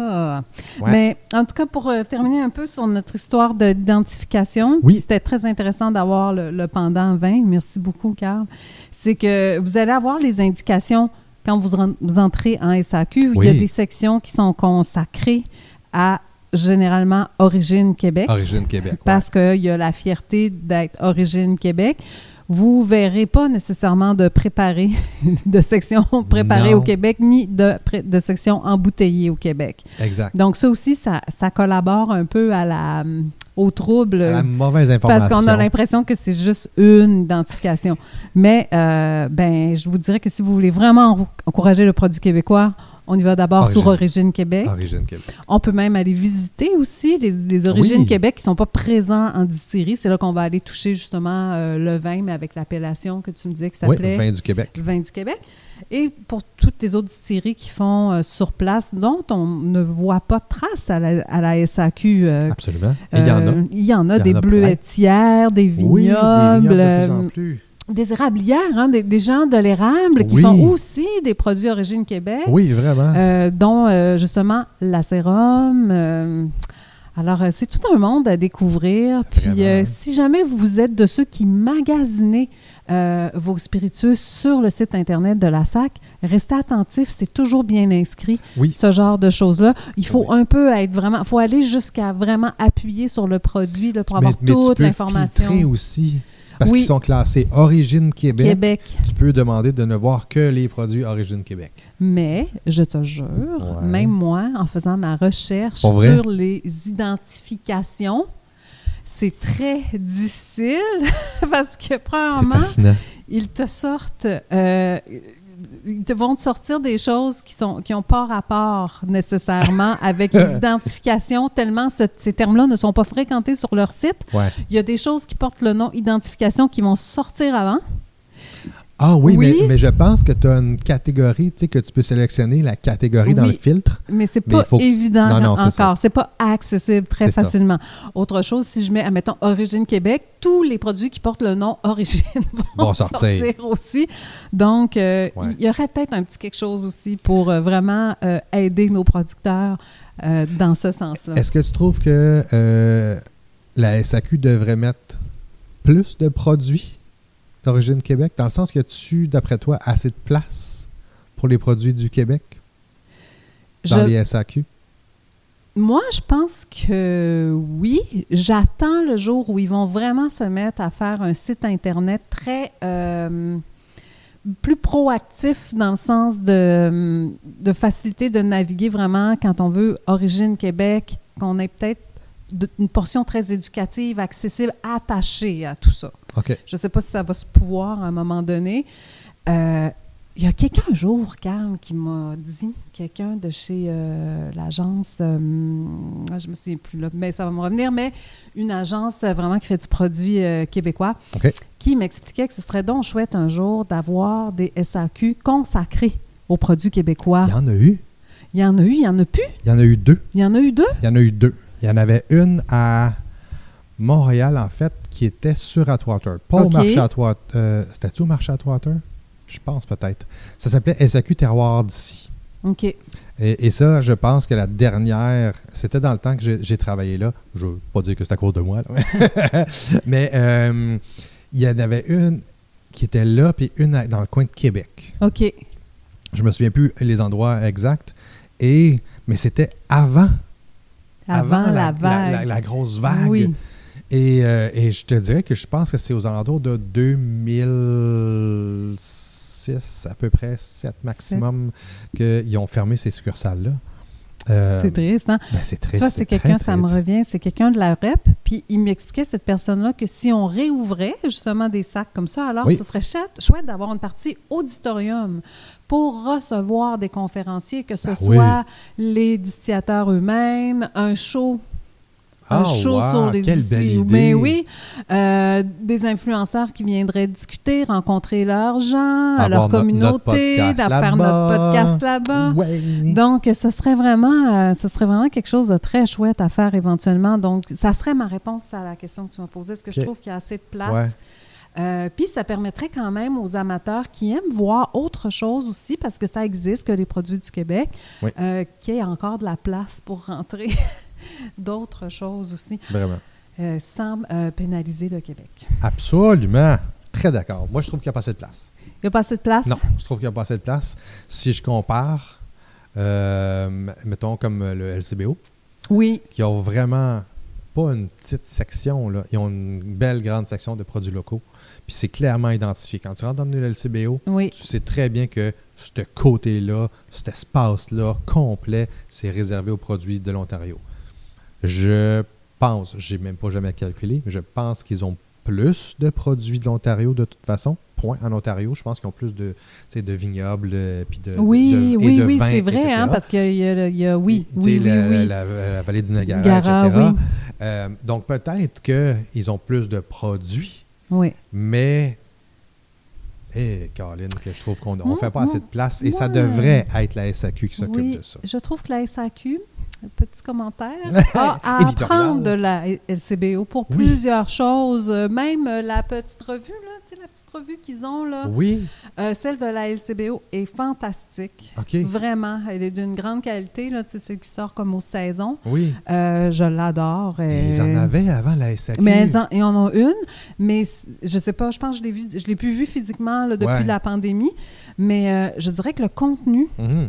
Ah. Ouais. Mais en tout cas, pour euh, terminer un peu sur notre histoire de- d'identification, Oui. puis c'était très intéressant d'avoir le, le pendant 20. Merci beaucoup, Carl. C'est que vous allez avoir les indications quand vous, ren- vous entrez en SAQ. Il y a Oui. des sections qui sont consacrées à généralement Origine Québec. Origine Québec. ouais. Hein? parce qu'il y a la fierté d'être origine Québec. Vous verrez pas nécessairement de préparer, de section préparée Non. au Québec, ni de, pré- de section embouteillée au Québec. Exact. Donc ça aussi, ça, ça collabore un peu à la, hum, au trouble. À la mauvaise information. Parce qu'on a l'impression que c'est juste une identification. Mais euh, ben, je vous dirais que si vous voulez vraiment enrou- encourager le produit québécois, on y va d'abord sur Origine Québec. Origine Québec. On peut même aller visiter aussi les, les origines Oui. Québec qui ne sont pas présents en distillerie. C'est là qu'on va aller toucher justement euh, le vin, mais avec l'appellation que tu me disais qui Oui, s'appelait vin du Québec. vin du Québec. Et pour toutes les autres distilleries qui font euh, sur place, dont on ne voit pas de traces à la, à la SAQ. euh, Absolument. Ah, Et il y en a. euh, il y en a Il y en des a plein. bleuetières, des vignobles, oui, des vignobles de plus euh, en plus. des érablières, hein, des, des gens de l'érable qui Oui. font aussi des produits origine Québec. Oui, vraiment. Euh, dont euh, justement la sérum. euh, alors, euh, c'est tout un monde à découvrir. Puis, Vraiment. euh, si jamais vous êtes de ceux qui magasinez euh, vos spiritueux sur le site Internet de la SAC, restez attentifs, c'est toujours bien inscrit, oui. ce genre de choses-là. Il faut Oui. un peu être vraiment, il faut aller jusqu'à vraiment appuyer sur le produit là, pour avoir mais, mais toute tu peux filtrer l'information. aussi, parce Oui. qu'ils sont classés Origine Québec. Québec. Tu peux demander de ne voir que les produits Origine Québec. Mais je te jure, Ouais. même moi, en faisant ma recherche Pour vrai? sur les identifications, c'est très difficile parce que, premièrement, fascinant. ils te sortent, euh, ils te vont te sortir des choses qui sont qui ont pas rapport nécessairement avec les identifications, tellement ce- ces termes-là ne sont pas fréquentés sur leur site. Ouais. Il y a des choses qui portent le nom identification qui vont sortir avant. Ah oui, Oui. Mais, mais je pense que tu as une catégorie, tu sais, que tu peux sélectionner la catégorie dans Oui. le filtre. Mais c'est Mais pas il faut- évident Non, non, c'est ça. encore. C'est pas accessible très C'est ça. facilement. Autre chose, si je mets, admettons, Origine Québec, tous les produits qui portent le nom Origine vont Vont sortir. sortir. aussi. Donc, euh, Ouais. il y aurait peut-être un petit quelque chose aussi pour euh, vraiment euh, aider nos producteurs euh, dans ce sens-là. Est-ce que tu trouves que euh, la SAQ devrait mettre plus de produits d'origine Québec, dans le sens que tu, d'après toi, assez de place pour les produits du Québec dans Je- les SAQ? Moi, je pense que oui. J'attends le jour où ils vont vraiment se mettre à faire un site Internet très euh, plus proactif dans le sens de, de faciliter de naviguer vraiment quand on veut Origine Québec, qu'on ait peut-être de- une portion très éducative, accessible, attachée à tout ça. OK. Je ne sais pas si ça va se pouvoir à un moment donné. Euh, Il y a quelqu'un un jour, Carl, qui m'a dit, quelqu'un de chez euh, l'agence, euh, hum, je me souviens plus là, mais ça va me revenir, mais une agence euh, vraiment qui fait du produit euh, québécois, OK. qui m'expliquait que ce serait donc chouette un jour d'avoir des SAQ consacrés aux produits québécois. Il y en a eu. Il y en a eu, il y en a plus, Il y en a eu deux. il y en a eu deux. Il y en a eu deux. Il y en avait une à Montréal, en fait, qui était sur Atwater. Pas au OK. marché Atwater. Euh, C'était-tu au marché Atwater? Je pense peut-être. Ça s'appelait SAQ Terroir d'ici. OK. Et, et ça, je pense que la dernière, c'était dans le temps que j'ai j'ai travaillé là. Je veux pas dire que c'est à cause de moi, là. mais euh, il y en avait une qui était là, puis une à- dans le coin de Québec. OK. Je me souviens plus les endroits exacts. Et, mais c'était avant, Avant, la vague. la- la grosse vague. Oui. Et, euh, et je te dirais que je pense que c'est aux alentours de 2006, à peu près 7 maximum, qu'ils ont fermé ces succursales-là. Euh, C'est triste, hein? ben, c'est triste. Tu vois, c'est très, quelqu'un, très ça me triste. revient, c'est quelqu'un de la REP, puis il m'expliquait, cette personne-là, que si on réouvrait justement des sacs comme ça, alors Oui. ce serait chouette, chouette d'avoir une partie auditorium pour recevoir des conférenciers, que ce Ben oui. soit les distillateurs eux-mêmes, un show. Un Ah, show wow, sur les quelle belle distills. idée. Mais oui, euh, des influenceurs qui viendraient discuter, rencontrer leurs gens, Avoir leur no- notre communauté, podcast d'a- faire notre là-bas. podcast là-bas. Ouais. Donc, ce serait vraiment, euh, ce serait vraiment quelque chose de très chouette à faire éventuellement. Donc, ça serait ma réponse à la question que tu m'as posée. Est-ce que je Ok. trouve qu'il y a assez de place? Ouais. Euh, Puis, ça permettrait quand même aux amateurs qui aiment voir autre chose aussi, parce que ça existe, que les produits du Québec, Oui. euh, qu'il y ait encore de la place pour rentrer d'autres choses aussi, Vraiment. euh, sans euh, pénaliser le Québec. Absolument. Très d'accord. Moi, je trouve qu'il n'y a pas assez de place. Il n'y a pas assez de place? Non, je trouve qu'il n'y a pas assez de place. Si je compare, euh, m- mettons comme le LCBO, Oui, qui ont vraiment pas une petite section, là. Ils ont une belle grande section de produits locaux. Puis c'est clairement identifié. Quand tu rentres dans le LCBO, oui. tu sais très bien que ce côté-là, cet espace-là complet, c'est réservé aux produits de l'Ontario. Je pense, j'ai même pas jamais calculé, mais je pense qu'ils ont plus de produits de l'Ontario de toute façon. Point. En Ontario, je pense qu'ils ont plus de, tu sais, de vignobles euh, puis de, de- Oui, de- et oui, de oui, vins, c'est vrai, hein, etc. parce qu'il y a, le- il y a- oui, Tu sais, oui, oui, la, oui. la- la- la vallée du Niagara, Niagara, etc. oui. Euh, donc peut-être qu'ils ont plus de produits, oui. mais. Eh, Caroline, que je trouve qu'on ne Moi, fait pas moi, assez de place et ça moi, devrait être la SAQ qui s'occupe Hum, oui, de ça. Je trouve que la SAQ, un petit commentaire, a à Éditorial. apprendre de la LCBO pour Oui. plusieurs choses, euh, même euh, la petite revue, là, tu sais, la petite revue qu'ils ont, là, Oui, euh, celle de la LCBO est fantastique. OK. Vraiment, elle est d'une grande qualité, là, tu sais, celle qui sort comme aux saisons. Oui. Euh, je l'adore. Mais Ils en euh, avaient avant la SAQ. mais elles en, ils en ont une, mais c- je sais pas, je pense que je l'ai vu, je l'ai plus vue physiquement là, depuis Ouais. la pandémie, mais euh, je dirais que le contenu Mhm.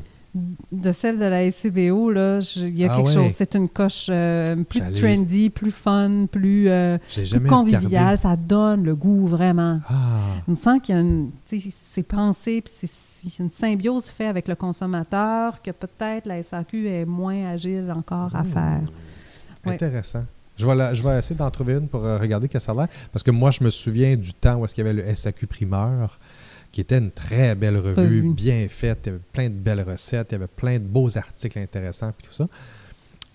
de celle de la SCBO, là, je- il y a Ah quelque ouais. chose. C'est une coche euh, plus J'allais- trendy, plus fun, plus, euh, J'ai plus jamais conviviale. regardé. Ça donne le goût, vraiment. Ah, On sent qu'il y a une, tu sais, c'est pensé, puis c'est- c'est une symbiose faite avec le consommateur que peut-être la SAQ est moins agile encore Ah. à faire. Ouais. intéressant. Je vais, la- je vais essayer d'en trouver une pour euh, regarder qu'est-ce que ça a l'air. Parce que moi, je me souviens du temps où est-ce qu'il y avait le SAQ primeur, qui était une très belle revue, Revue. bien faite. Il y avait plein de belles recettes, il y avait plein de beaux articles intéressants, puis tout ça.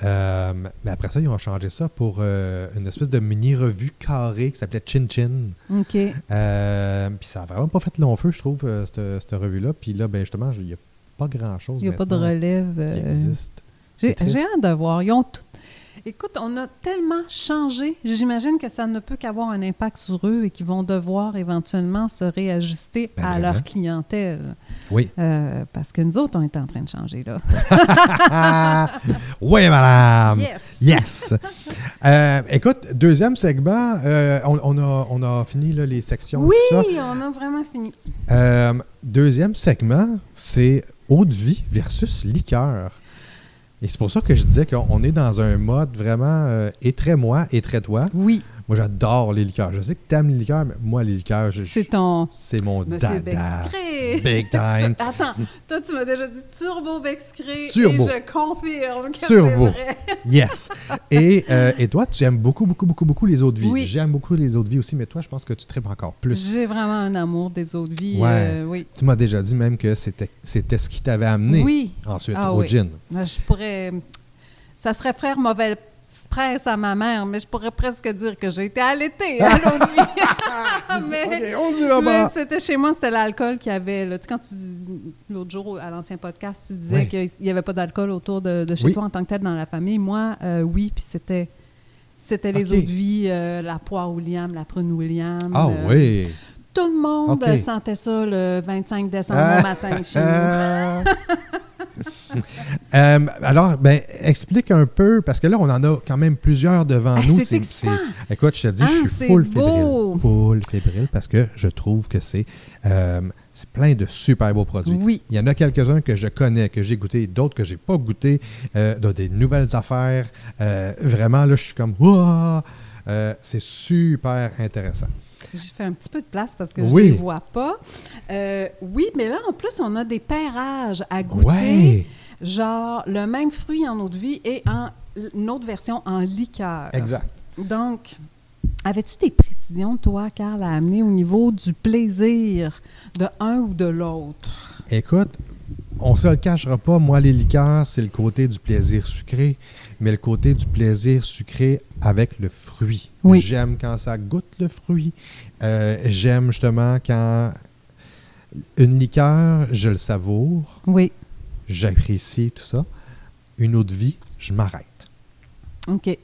Euh, mais après ça, ils ont changé ça pour euh, une espèce de mini-revue carrée qui s'appelait Chin Chin. OK. Euh, puis ça a vraiment pas fait long feu, je trouve, euh, cette, cette revue-là. Puis là, ben justement, il n'y a pas grand-chose Il n'y a pas de maintenant relève. qui euh, existe. J'ai C'est triste. j'ai hâte de voir. Ils ont tout. Écoute, on a tellement changé. J'imagine que ça ne peut qu'avoir un impact sur eux et qu'ils vont devoir éventuellement se réajuster Ben, à vraiment. leur clientèle. Oui. Euh, parce que nous autres, on est en train de changer, là. Ah! oui, madame. Yes! Ah, Yes! Euh, écoute, deuxième segment, euh, on, on a, on a fini là, les sections. Oui, tout ça. on a vraiment fini. Euh, deuxième segment, c'est eau de vie versus liqueur. Et c'est pour ça que je disais qu'on on est dans un mode vraiment euh, étrais-moi, étrais-toi. Oui, Moi, j'adore les liqueurs. Je sais que t'aimes les liqueurs, mais moi, les liqueurs, je- c'est ton... c'est mon Monsieur Bec dada. Ben- sucré. Big time. Attends, toi, tu m'as déjà dit turbo bec sucré Turbo. et je confirme que c'est Turbo. vrai. Yes. Et, euh, et toi, tu aimes beaucoup, beaucoup, beaucoup, beaucoup les eaux de vie. Oui. J'aime beaucoup les eaux de vie aussi, mais toi, je pense que tu tripes encore plus. J'ai vraiment un amour des eaux de vie. Ouais. euh, oui. Tu m'as déjà dit même que c'était c'était ce qui t'avait amené Oui. ensuite Ah au oui. gin. Ben, Je pourrais. Ça serait frère mauvaise presse à ma mère, mais je pourrais presque dire que j'ai été allaitée à l'eau de vie. mais OK, Ah, bah. on dira mais pas. c'était chez moi, c'était l'alcool qu'il y avait. là. Tu sais, quand tu dis- l'autre jour à l'ancien podcast, tu disais Oui. qu'il n'y avait pas d'alcool autour de, de chez Oui. toi en tant que tel dans la famille. Moi, euh, oui, puis c'était. C'était les OK. eaux de vie, euh, la poire William, la prune William. Ah euh, oui. Tout le monde OK. sentait ça le 25 décembre Ah, matin chez nous. Euh, euh, alors, ben, explique un peu, parce que là, on en a quand même plusieurs devant Hey, nous. Ah, c'est excitant. c'est- Écoute, je te dis, Hein, je c'est suis full beau. fébrile. Full fébrile, parce que je trouve que c'est euh, c'est plein de super beaux produits. Oui. Il y en a quelques-uns que je connais, que j'ai goûté, d'autres que j'ai pas goûté, euh, dans des nouvelles affaires. Euh, vraiment, là, je suis comme, Ouah! Euh, c'est super intéressant. J'ai fait un petit peu de place parce que je ne Oui. les vois pas. Euh, oui, mais là, en plus, on a des pairages à goûter. Ouais. Genre, le même fruit en eau de vie et en une autre version en liqueur. Exact. Donc, avais-tu des précisions, toi, Carl, à amener au niveau du plaisir de un ou de l'autre? Écoute, on se le cachera pas, moi, les liqueurs, c'est le côté du plaisir sucré, mais le côté du plaisir sucré avec le fruit. Oui. J'aime quand ça goûte le fruit. Euh, J'aime justement quand une liqueur, je le savoure, Oui. j'apprécie tout ça. Une eau de vie, je m'arrête. OK.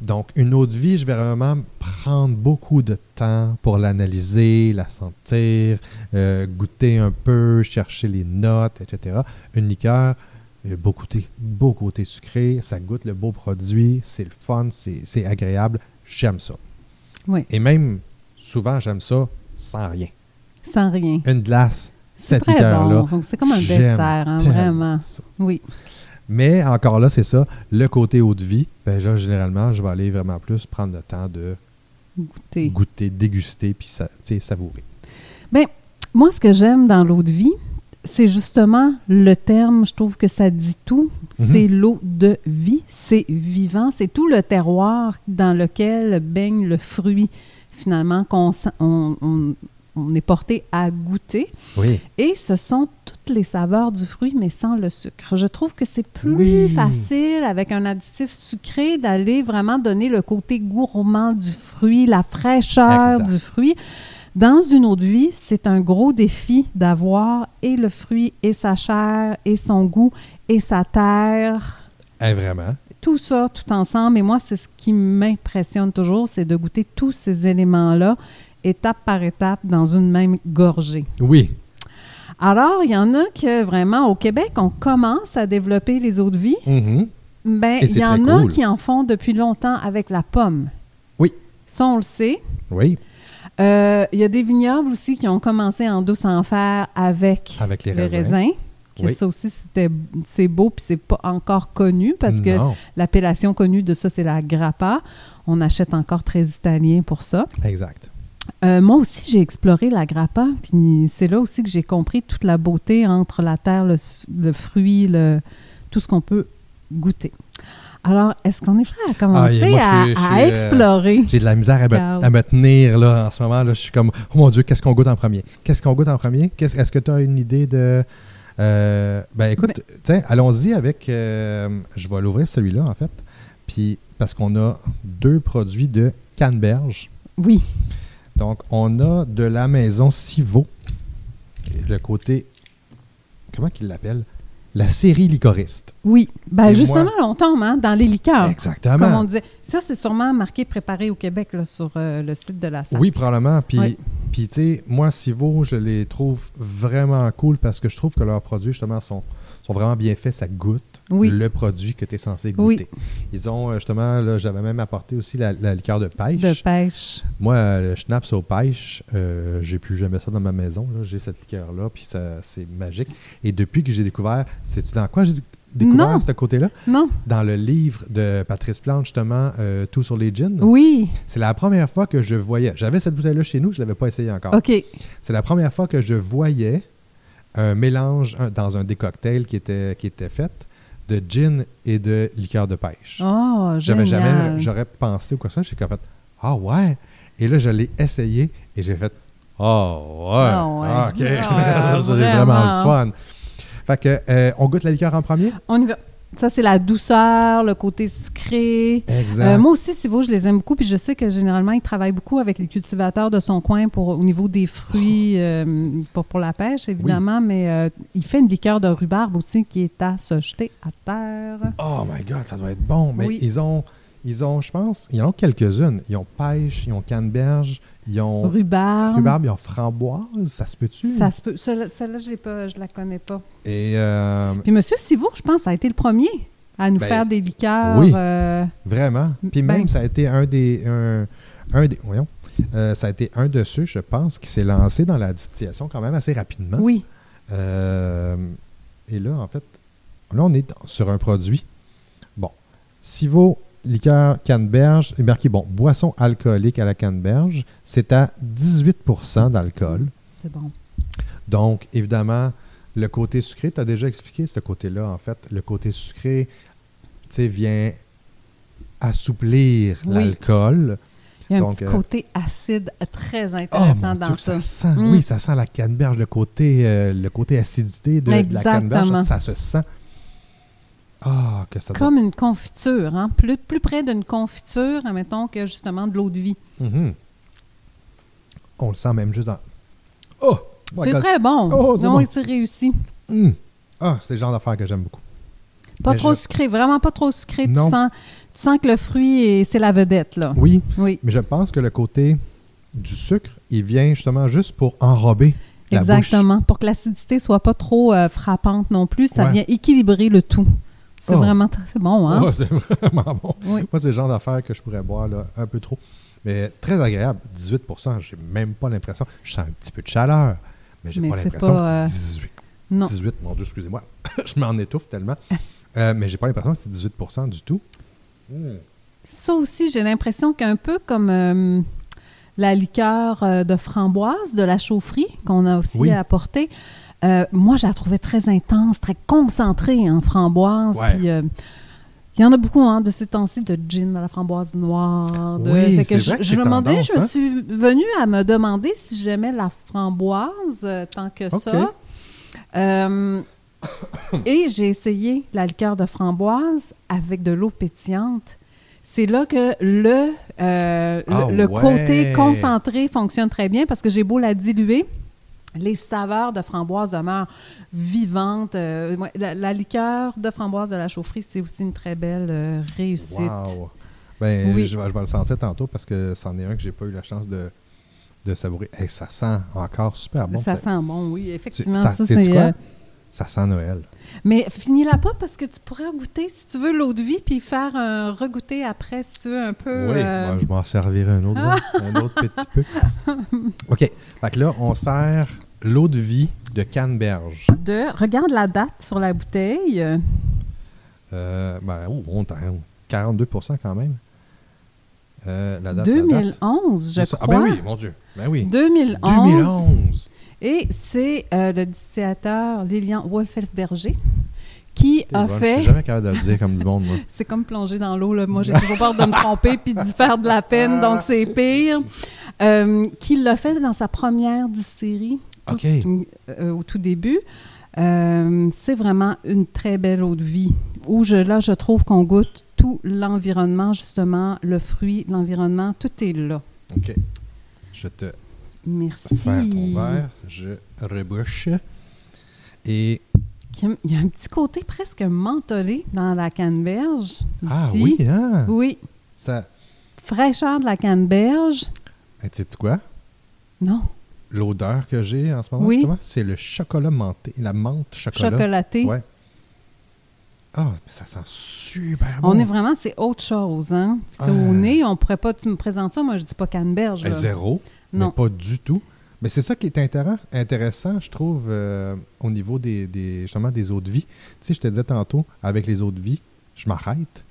Donc, une eau de vie, je vais vraiment prendre beaucoup de temps pour l'analyser, la sentir, euh, goûter un peu, chercher les notes, etc. Une liqueur, euh, beau côté, beau côté sucré, ça goûte le beau produit, c'est le fun, c'est c'est agréable, j'aime ça. Oui. Et même, souvent, j'aime ça sans rien. Sans rien. Une glace, Euh, cette Très liqueur-là, bon. Donc, C'est comme un j'aime dessert, hein, tellement vraiment. ça. Oui. Mais encore là, c'est ça, le côté eau de vie, ben là, généralement, je vais aller vraiment plus prendre le temps de Goûter. goûter, déguster, puis sa- tu sais, savourer. Bien, moi, ce que j'aime dans l'eau de vie, c'est justement le terme, je trouve que ça dit tout. C'est l'eau de vie, c'est vivant, c'est tout le terroir dans lequel baigne le fruit, finalement, qu'on sent- on- on- on est porté à goûter. Oui. Et ce sont toutes les saveurs du fruit, mais sans le sucre. Je trouve que c'est plus Oui. facile, avec un additif sucré, d'aller vraiment donner le côté gourmand du fruit, la fraîcheur Exact. du fruit. Dans une autre vie, c'est un gros défi d'avoir et le fruit, et sa chair, et son goût, et sa terre Eh, vraiment. tout ça tout ensemble. Et moi, c'est ce qui m'impressionne toujours, c'est de goûter tous ces éléments-là, étape par étape, dans une même gorgée. Oui. Alors, il y en a que vraiment, au Québec, on commence à développer les eaux de vie. Mhm. Ben, Et il c'est y très en a cool. qui en font depuis longtemps avec la pomme. Oui. Ça, on le sait. Oui. Euh, Il y a des vignobles aussi qui ont commencé en douce en fer avec, Avec Ah, les raisins. que Oui. Ça aussi, c'était- c'est beau, puis c'est pas encore connu parce que Non. L'appellation connue de ça, c'est la grappa. On achète encore très italien pour ça. Exact. Euh, moi aussi, j'ai exploré la grappa, puis c'est là aussi que j'ai compris toute la beauté entre la terre, le, s- le fruit, le, tout ce qu'on peut goûter. Alors, est-ce qu'on est prêt à Ah, et moi, je commencer suis- à, je à suis, euh, explorer? J'ai de la misère à Carl. me, à me tenir là, en ce moment. Là, je suis comme, oh mon Dieu, qu'est-ce qu'on goûte en premier? Qu'est-ce qu'on goûte en premier? Qu'est-ce- Est-ce que tu as une idée de... Euh, ben écoute, tiens, allons-y avec... euh, je vais l'ouvrir celui-là, en fait. Puis, parce qu'on a deux produits de Canneberge. Oui, Donc, on a de la maison Civo. Le côté... Comment qu'il l'appelle? la série licoriste. Oui. Ben Et justement, moi- là, on tombe hein, dans les liqueurs. Comme on Exactement. disait. Ça, c'est sûrement marqué préparé au Québec là, sur euh, le site de la SAC. Oui, probablement. Puis, Oui. puis tu sais, moi, Civo, je les trouve vraiment cool parce que je trouve que leurs produits, justement, sont, sont vraiment bien faits. Ça goûte Oui. le produit que tu es censé Oui. goûter. Ils ont, euh, justement, là, j'avais même apporté aussi la, la liqueur de pêche. De pêche. Moi, euh, le schnapps aux pêches, euh, j'ai plus jamais ça dans ma maison. là. J'ai cette liqueur-là, puis ça, c'est magique. Et depuis que j'ai découvert, sais-tu dans quoi j'ai découvert Non. ce côté-là? Non? Dans le livre de Patrice Plante, justement, euh, Tout sur les gins. Oui. C'est la première fois que je voyais. J'avais cette bouteille-là chez nous, je ne l'avais pas essayé encore. OK. C'est la première fois que je voyais un mélange un- dans un des cocktails qui était, qui était fait de gin et de liqueur de pêche. Oh, J'avais génial. jamais, j'aurais pensé ou quoi que ça. J'ai comme fait, ah ouais. Et là, je l'ai essayé et j'ai fait, oh ouais. Ah ouais. Ah, ok. Ah ouais, c'est vraiment le vraiment. fun. Fait que, euh, on goûte la liqueur en premier? On y va. Ça, c'est la douceur, le côté sucré. Exact. Euh, moi aussi, Sivo, je les aime beaucoup. Puis je sais que généralement, il travaille beaucoup avec les cultivateurs de son coin pour, au niveau des fruits, Oh. euh, pour, pour la pêche, évidemment. Mais euh, il fait une liqueur de rhubarbe aussi qui est à se jeter à terre. Oh my God, ça doit être bon. Mais Oui. ils ont, ils ont, je pense, ils en ont quelques-unes. Ils ont pêche, ils ont canneberge, ils ont Rhubarbe. Oh. rhubarbe, ils ont framboise. Ça se peut-tu? Ça se peut. Celle- Celle-là, j'ai pas, je la connais pas. Et euh, Puis Monsieur Sivo, je pense, a été le premier à nous Ben, faire des liqueurs. oui. Hein? euh, vraiment. Puis Ben. même, ça a été un des, un, un des, voyons, euh, ça a été un de ceux, je pense, qui s'est lancé dans la distillation quand même assez rapidement. oui. Euh, et là, en fait, là, on est dans- sur un produit. Bon. Sivo, liqueur canneberge, est marqué, bon, boisson alcoolique à la canneberge, c'est à 18 d'alcool. C'est bon. Donc, évidemment, le côté sucré, tu as déjà expliqué ce côté-là, en fait. Le côté sucré, tu sais, vient assouplir Oui. l'alcool. Il y a un Donc, petit euh, côté acide très Oh, intéressant mon dans Dieu, ça. sent, Mm. oui, ça sent la canneberge, le côté, euh, le côté acidité de, de la Exactement. canneberge. Ça se sent. Ah, que ça doit- Comme une confiture, hein? plus, plus près d'une confiture, admettons, que justement de l'eau de vie. Mhm. On le sent même juste dans. Oh! my c'est God. très bon. Oh, c'est non, bon. c'est réussi. Mm. Ah, c'est le genre d'affaire que j'aime beaucoup. Pas Mais trop je- sucré, vraiment pas trop sucré. Tu Non. sens, tu sens que le fruit, est- c'est la vedette, là. Oui, Oui, mais je pense que le côté du sucre, il vient justement juste pour enrober la bouche. exactement. Pour que l'acidité soit pas trop euh, frappante non plus, ça Ouais. vient équilibrer le tout. C'est Oh. vraiment tr- c'est bon, hein? Ah, c'est vraiment bon. Oui. Moi, c'est le genre d'affaire que je pourrais boire là, un peu trop. Mais très agréable, 18 j'ai même pas l'impression. Je sens un petit peu de chaleur, mais j'ai Mais pas c'est l'impression pas, euh, que c'est 18. Non. 18, mon Dieu, excusez-moi. je m'en étouffe tellement. Euh, mais j'ai pas l'impression que c'est 18 du tout. Mm. Ça aussi, j'ai l'impression qu'un peu comme euh, la liqueur euh, de framboise de la chaufferie qu'on a aussi Oui. apportée, euh, moi, je la trouvais très intense, très concentrée en framboise. Ouais. Puis, euh, il y en a beaucoup hein, de ces temps-ci, de gin à la framboise noire. De... Oui, Fait c'est je, vrai que je c'est me demandais, je me tendance, hein. suis venue à me demander si j'aimais la framboise euh, tant que ça. Ok. Euh, et j'ai essayé la liqueur de framboise avec de l'eau pétillante. C'est là que le, euh, le- Ah le ouais. côté concentré fonctionne très bien parce que j'ai beau la diluer. Les saveurs de framboise demeurent vivantes. Euh, ouais, la, la liqueur de framboise de la chaufferie, c'est aussi une très belle euh, réussite. Wow. Ben, Oui. je, vais, je vais le sentir tantôt parce que c'en est un que j'ai pas eu la chance de, de savourer. Hey, ça sent encore super Ah bon. ça sent bon, oui, tu- effectivement. ça- ça, sais-tu c'est, quoi? euh, Ça sent Noël. Mais finis-la pas parce que tu pourrais goûter, si tu veux, l'eau de vie, puis faire un regoûter après, si tu veux, un peu. Oui, euh, Ah! moi, je m'en servirai un autre, là, un autre petit peu. OK. Fait que là, on sert l'eau de vie de Canneberge. de- Regarde la date sur la bouteille. Euh, ben, oh, on t'a- 42 quand même. Euh, la date, la date. 2011, je Ça- crois. Ah, ben oui, mon Dieu. Ben oui. 2011. 2011. Et c'est euh, le distillateur Lilian Wolfelsberger qui T'es a bonne, Je fait. suis jamais capable de le dire comme du monde, moi. C'est comme plonger dans l'eau. Là. Moi, j'ai toujours peur de me tromper puis d'y faire de la peine, Ah. donc c'est pire. Euh, qui l'a fait dans sa première distillerie tout- OK. euh, au tout début. Euh, c'est vraiment une très belle eau de vie où je, là, je trouve qu'on goûte tout l'environnement, justement, le fruit, l'environnement, tout est là. OK. Je te Merci. sers ton verre. Je rebouche. Et qui- il y a un petit côté presque mentholé dans la canneberge. Ah ici. oui, hein? Oui. Ça... Fraîcheur de la canneberge. Hey, tu sais Eh, quoi? Non. L'odeur que j'ai en ce moment, Oui. justement, c'est le chocolat menté, la menthe chocolat. Chocolaté. Ouais. Ah, mais ça sent super Ah bon. On est vraiment, c'est autre chose, hein? C'est Ah. au nez, on pourrait pas, tu me présentes ça, moi je dis pas canneberge. Ben, là. zéro, Non. mais pas du tout. Mais c'est ça qui est intéressant, intéressant je trouve, euh, au niveau des, des- justement des eaux de vie. Tu sais, je te disais tantôt, avec les eaux de vie, je m'arrête.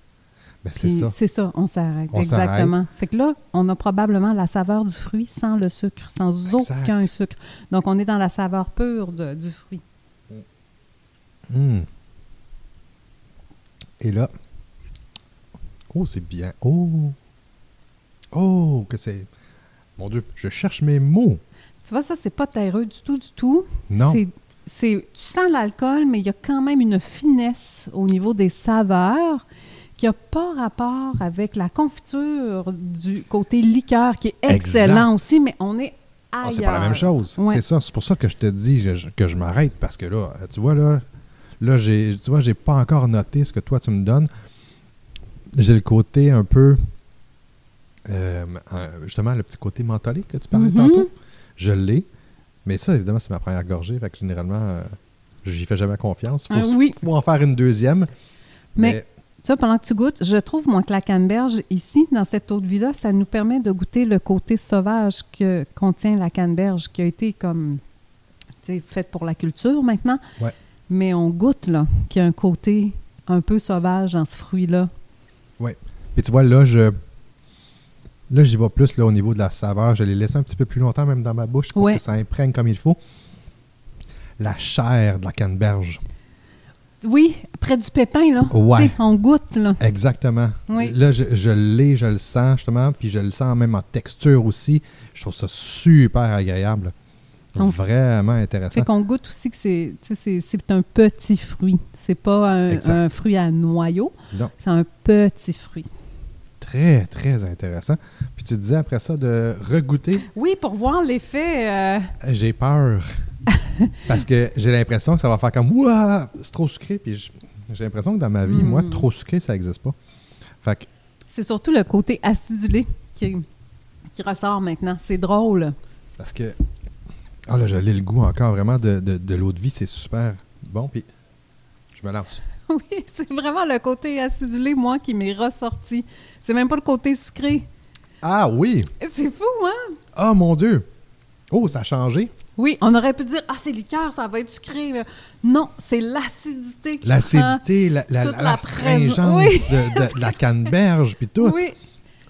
Ben, c'est Puis ça. C'est ça, on s'arrête, On s'arrête. exactement. Fait que là, on a probablement la saveur du fruit sans le sucre, sans Exact. aucun sucre. Donc, on est dans la saveur pure de- du fruit. Hmm. Et là, oh, c'est bien. Oh, oh, que c'est. Mon Dieu, je cherche mes mots. Tu vois, ça, c'est pas terreux du tout, du tout. Non. C'est- c'est- tu sens l'alcool, mais il y a quand même une finesse au niveau des saveurs qui n'a pas rapport avec la confiture du côté liqueur, qui est excellent aussi, mais on est ailleurs. Ah, c'est pas la même chose. Ouais. C'est ça. C'est pour ça que je te dis je- je- que je m'arrête parce que là, euh, tu vois, là, là j'ai, tu vois, j'ai pas encore noté ce que toi tu me donnes. J'ai le côté un peu. euh, euh, justement, le petit côté mentholé que tu parlais Mhm. tantôt. Je l'ai. Mais ça, évidemment, c'est ma première gorgée. Fait que généralement, euh, j'y fais jamais confiance. Faut, Ah oui. faut en faire une deuxième. Mais- Mais, Tu vois, pendant que tu goûtes, je trouve, moi, que la canneberge, ici, dans cette eau de vie-là, ça nous permet de goûter le côté sauvage que contient la canneberge, qui a été comme, tu sais, faite pour la culture maintenant. Ouais. Mais on goûte, là, qu'il y a un côté un peu sauvage dans ce fruit-là. mais tu vois, là, je. Là, j'y vais plus là, au niveau de la saveur. Je l'ai laissé un petit peu plus longtemps, même dans ma bouche, pour Ouais. que ça imprègne comme il faut. La chair de la canneberge. Oui, près du pépin, là. Ouais. Tu sais, on goûte, là. Exactement. Oui. Là, je, je l'ai, je le sens, justement, puis je le sens même en texture aussi. Je trouve ça super agréable. On- Vraiment Oh. Fait intéressant. qu'on goûte aussi que c'est, tu sais, c'est, c'est un petit fruit. C'est pas un, Exact. un fruit à noyau, Non. c'est un petit fruit. Très, très intéressant. Puis tu disais après ça de regoûter. Oui, pour voir l'effet... euh, J'ai peur. Parce que j'ai l'impression que ça va faire comme Ouah, c'est trop sucré. Puis je- j'ai l'impression que dans ma vie, Mm. moi, trop sucré, ça n'existe pas. Fait que, C'est surtout le côté acidulé qui, qui ressort maintenant. C'est drôle. parce que. Ah là, je l'ai le goût encore vraiment de, de- de l'eau de vie, c'est super bon. Puis je me lance. Oui, c'est vraiment le côté acidulé, moi, qui m'est ressorti. C'est même pas le côté sucré. Ah oui! C'est fou, hein? Ah mon Dieu! Oh, ça a changé. Oui, on aurait pu dire, ah, c'est liqueur, ça va être sucré. mais Non, c'est l'acidité qui L'acidité, la, la, Ah, Toute la- la l'astringence présence. de, de- de la canneberge, puis prend- tout. Oui,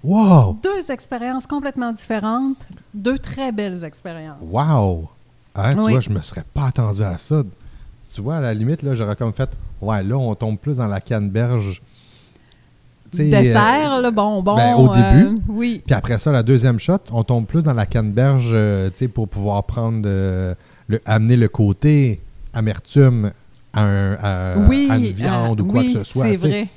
Wow! deux expériences complètement différentes, deux très belles expériences. Wow! Hein, tu Oui. vois, je me serais pas attendu à ça. Tu vois, à la limite, là, j'aurais comme fait Ouais, là, on tombe plus dans la canneberge. Tu sais, Dessert, euh, le bonbon. ben, au euh, début. oui. puis après ça, la deuxième shot, on tombe plus dans la canneberge euh, tu sais, pour pouvoir prendre euh, le, amener le côté amertume à, un- à- oui. à une viande euh, ou quoi oui, que ce soit. C'est tu sais. vrai.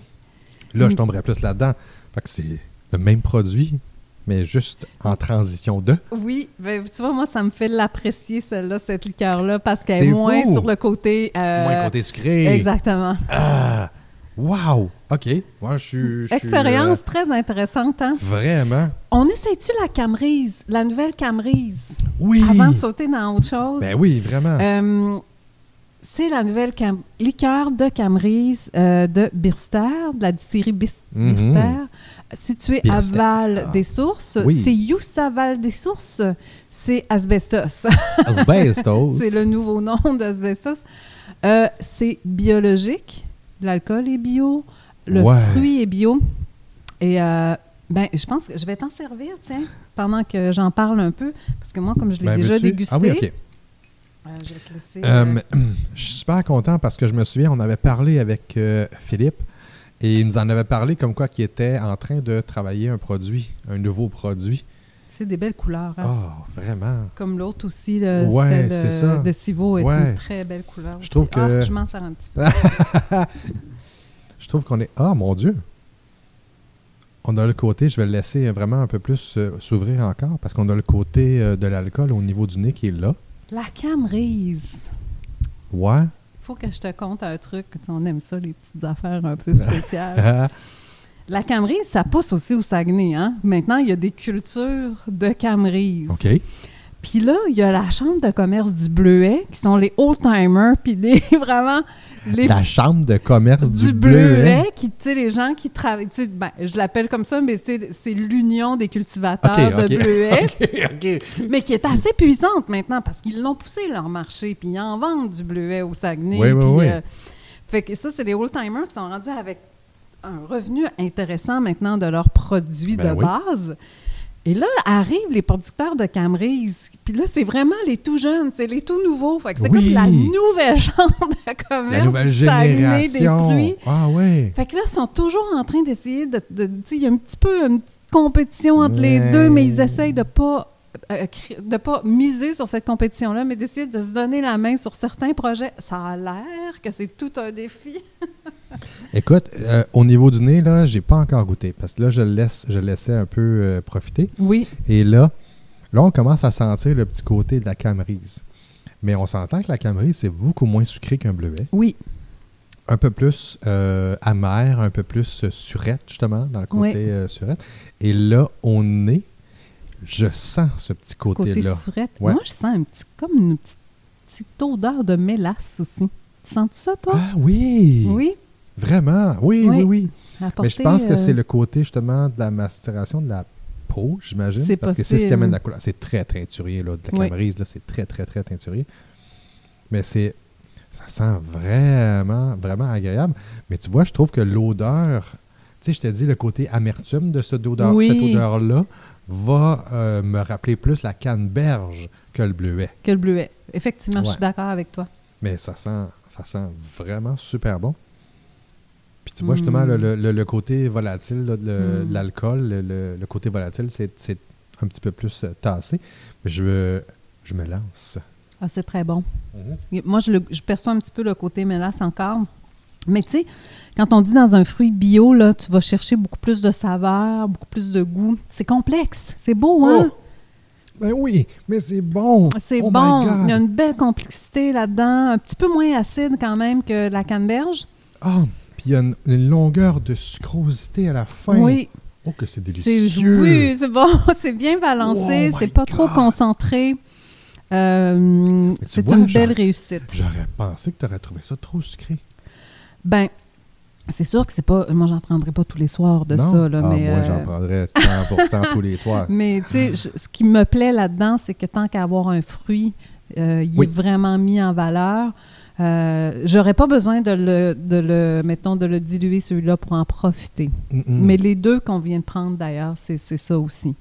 Là, je Mm. tomberais plus là-dedans. Fait que c'est le même produit, mais juste en transition de. Oui, ben, tu vois, moi, ça me fait l'apprécier, celle-là, cette liqueur-là, parce qu'elle C'est est moins fou! sur le côté. euh, Moins côté sucré. Exactement. Ah! Wow! OK. Moi, je suis. je suis, Expérience très intéressante, hein? euh, vraiment. On essaie-tu la Camrise, la nouvelle Camrise, Oui! avant de sauter dans autre chose? Ben oui, vraiment. Euh, c'est la nouvelle cam- liqueur de Camrise euh, de Birster, de la distillerie Bis- Mhm. Birster, située Birster. à Val Ah. des Sources. Oui. C'est Youssa Val des Sources, c'est Asbestos. Asbestos. C'est le nouveau nom d'asbestos. Euh, c'est biologique. L'alcool est bio. Le Ouais. fruit est bio. Et euh, ben, je pense que je vais t'en servir, tiens, pendant que j'en parle un peu. Parce que moi, comme je l'ai Ben, déjà veux-tu? dégusté, Ah oui, OK. euh, je vais te laisser. Euh, euh, mais, je suis super content parce que je me souviens, on avait parlé avec euh, Philippe et il nous en avait parlé comme quoi qu'il était en train de travailler un produit, un nouveau produit. c'est des belles couleurs. hein. Oh, vraiment. Comme l'autre aussi, le, Ouais, celle c'est ça. de, de Civo est Ouais. une très belle couleur. aussi. trouve que- Ah, je m'en sers un petit peu. Je trouve qu'on est. Ah, mon Dieu! On a le côté, je vais le laisser vraiment un peu plus euh, s'ouvrir encore parce qu'on a le côté euh, de l'alcool au niveau du nez qui est là. La Camrise. Ouais. faut que je te conte un truc. On aime ça, les petites affaires un peu spéciales. La camerise, ça pousse aussi au Saguenay. Hein? Maintenant, il y a des cultures de camerise. OK. Puis là, il y a la chambre de commerce du Bleuet, qui sont les old-timers, puis les, vraiment les La chambre de commerce du, du bleu. hein? Bleuet, qui, tu sais, les gens qui travaillent, tu sais, ben, je l'appelle comme ça, mais c'est c'est l'union des cultivateurs OK, de OK. Bleuet, OK, OK. mais qui est assez puissante maintenant, parce qu'ils l'ont poussé leur marché, puis ils en vendent du Bleuet au Saguenay. Oui, oui, puis, euh, oui. fait que ça, c'est des old-timers qui sont rendus avec un revenu intéressant maintenant de leurs produits Ben de oui. base. Et là, arrivent les producteurs de Camerise. Puis là, c'est vraiment les tout jeunes, c'est les tout nouveaux. Fait que c'est Oui. comme la nouvelle genre de commerce. La nouvelle du Saguenay génération. Des fruits. ah oui. Fait que là, ils sont toujours en train d'essayer de. de- tu sais, il y a un petit peu une petite compétition entre Ouais. les deux, mais ils essayent de pas. euh, cri- de pas miser sur cette compétition-là, mais d'essayer de se donner la main sur certains projets. Ça a l'air que c'est tout un défi. Écoute, euh, au niveau du nez, là, j'ai pas encore goûté. Parce que là, je le laisse, je le laissais un peu euh, profiter. Oui, Et là, là, on commence à sentir le petit côté de la camerise. Mais on s'entend que la camerise, c'est beaucoup moins sucré qu'un bleuet. oui, Un peu plus euh, amer, un peu plus euh, surette, justement, dans le côté Oui. euh, surette. Et là, au nez, je sens ce petit côté côté-là. surette. Ouais. Moi, je sens un petit, comme une petite, petite odeur de mélasse aussi. Tu sens ça, toi? ah oui! oui, Vraiment! Oui, oui, Oui. oui. Mais je apporter, pense que euh, c'est le côté, justement, de la macération de la peau, j'imagine. C'est Parce que c'est ce qui possible. amène la couleur. C'est très teinturier, là. De la Oui. camerise, là, c'est très, très, très teinturier. Mais c'est... Ça sent vraiment, vraiment agréable. Mais tu vois, je trouve que l'odeur... Tu sais, je t'ai dit, le côté amertume de cette, odeur, Oui. cette odeur-là va euh, me rappeler plus la canneberge que le bleuet. que le bleuet. Effectivement, je Ouais. suis d'accord avec toi. Mais ça sent, ça sent vraiment super bon. Puis tu vois, Mm. justement, le, le- le- le côté volatile là, de le- Mm. de l'alcool, le, le- le côté volatile, c'est c'est un petit peu plus euh, tassé. Je, euh, je me lance. Ah, c'est très bon. Moi, je, le- je perçois un petit peu le côté mélasse encore. Mais tu sais, quand on dit dans un fruit bio, là, tu vas chercher beaucoup plus de saveur, beaucoup plus de goût. C'est complexe. C'est beau, hein? Oh! Ben oui, mais c'est bon! C'est Oh my bon. God! Il y a une belle complexité là-dedans. Un petit peu moins acide quand même que la canneberge. Ah! Puis il y a une, une longueur de sucrosité à la fin. Oui, Oh, que c'est c'est délicieux! oui, c'est bon. c'est bien balancé. Oh my c'est pas trop God! concentré. Euh, tu c'est vois, une j'en- belle réussite. J'aurais pensé que tu aurais trouvé ça trop sucré. Ben, c'est sûr que c'est pas. Moi, j'en prendrai pas tous les soirs de non? ça, là, Ah, mais. moi, euh, j'en prendrais 100% tous les soirs. mais tu sais, je- ce qui me plaît là-dedans, c'est que tant qu'à avoir un fruit, euh, il Oui. est vraiment mis en valeur. Euh, J'aurais pas besoin de le, de le, mettons, de le diluer celui-là pour en profiter. Mm-mm. Mais les deux qu'on vient de prendre d'ailleurs, c'est c'est ça aussi.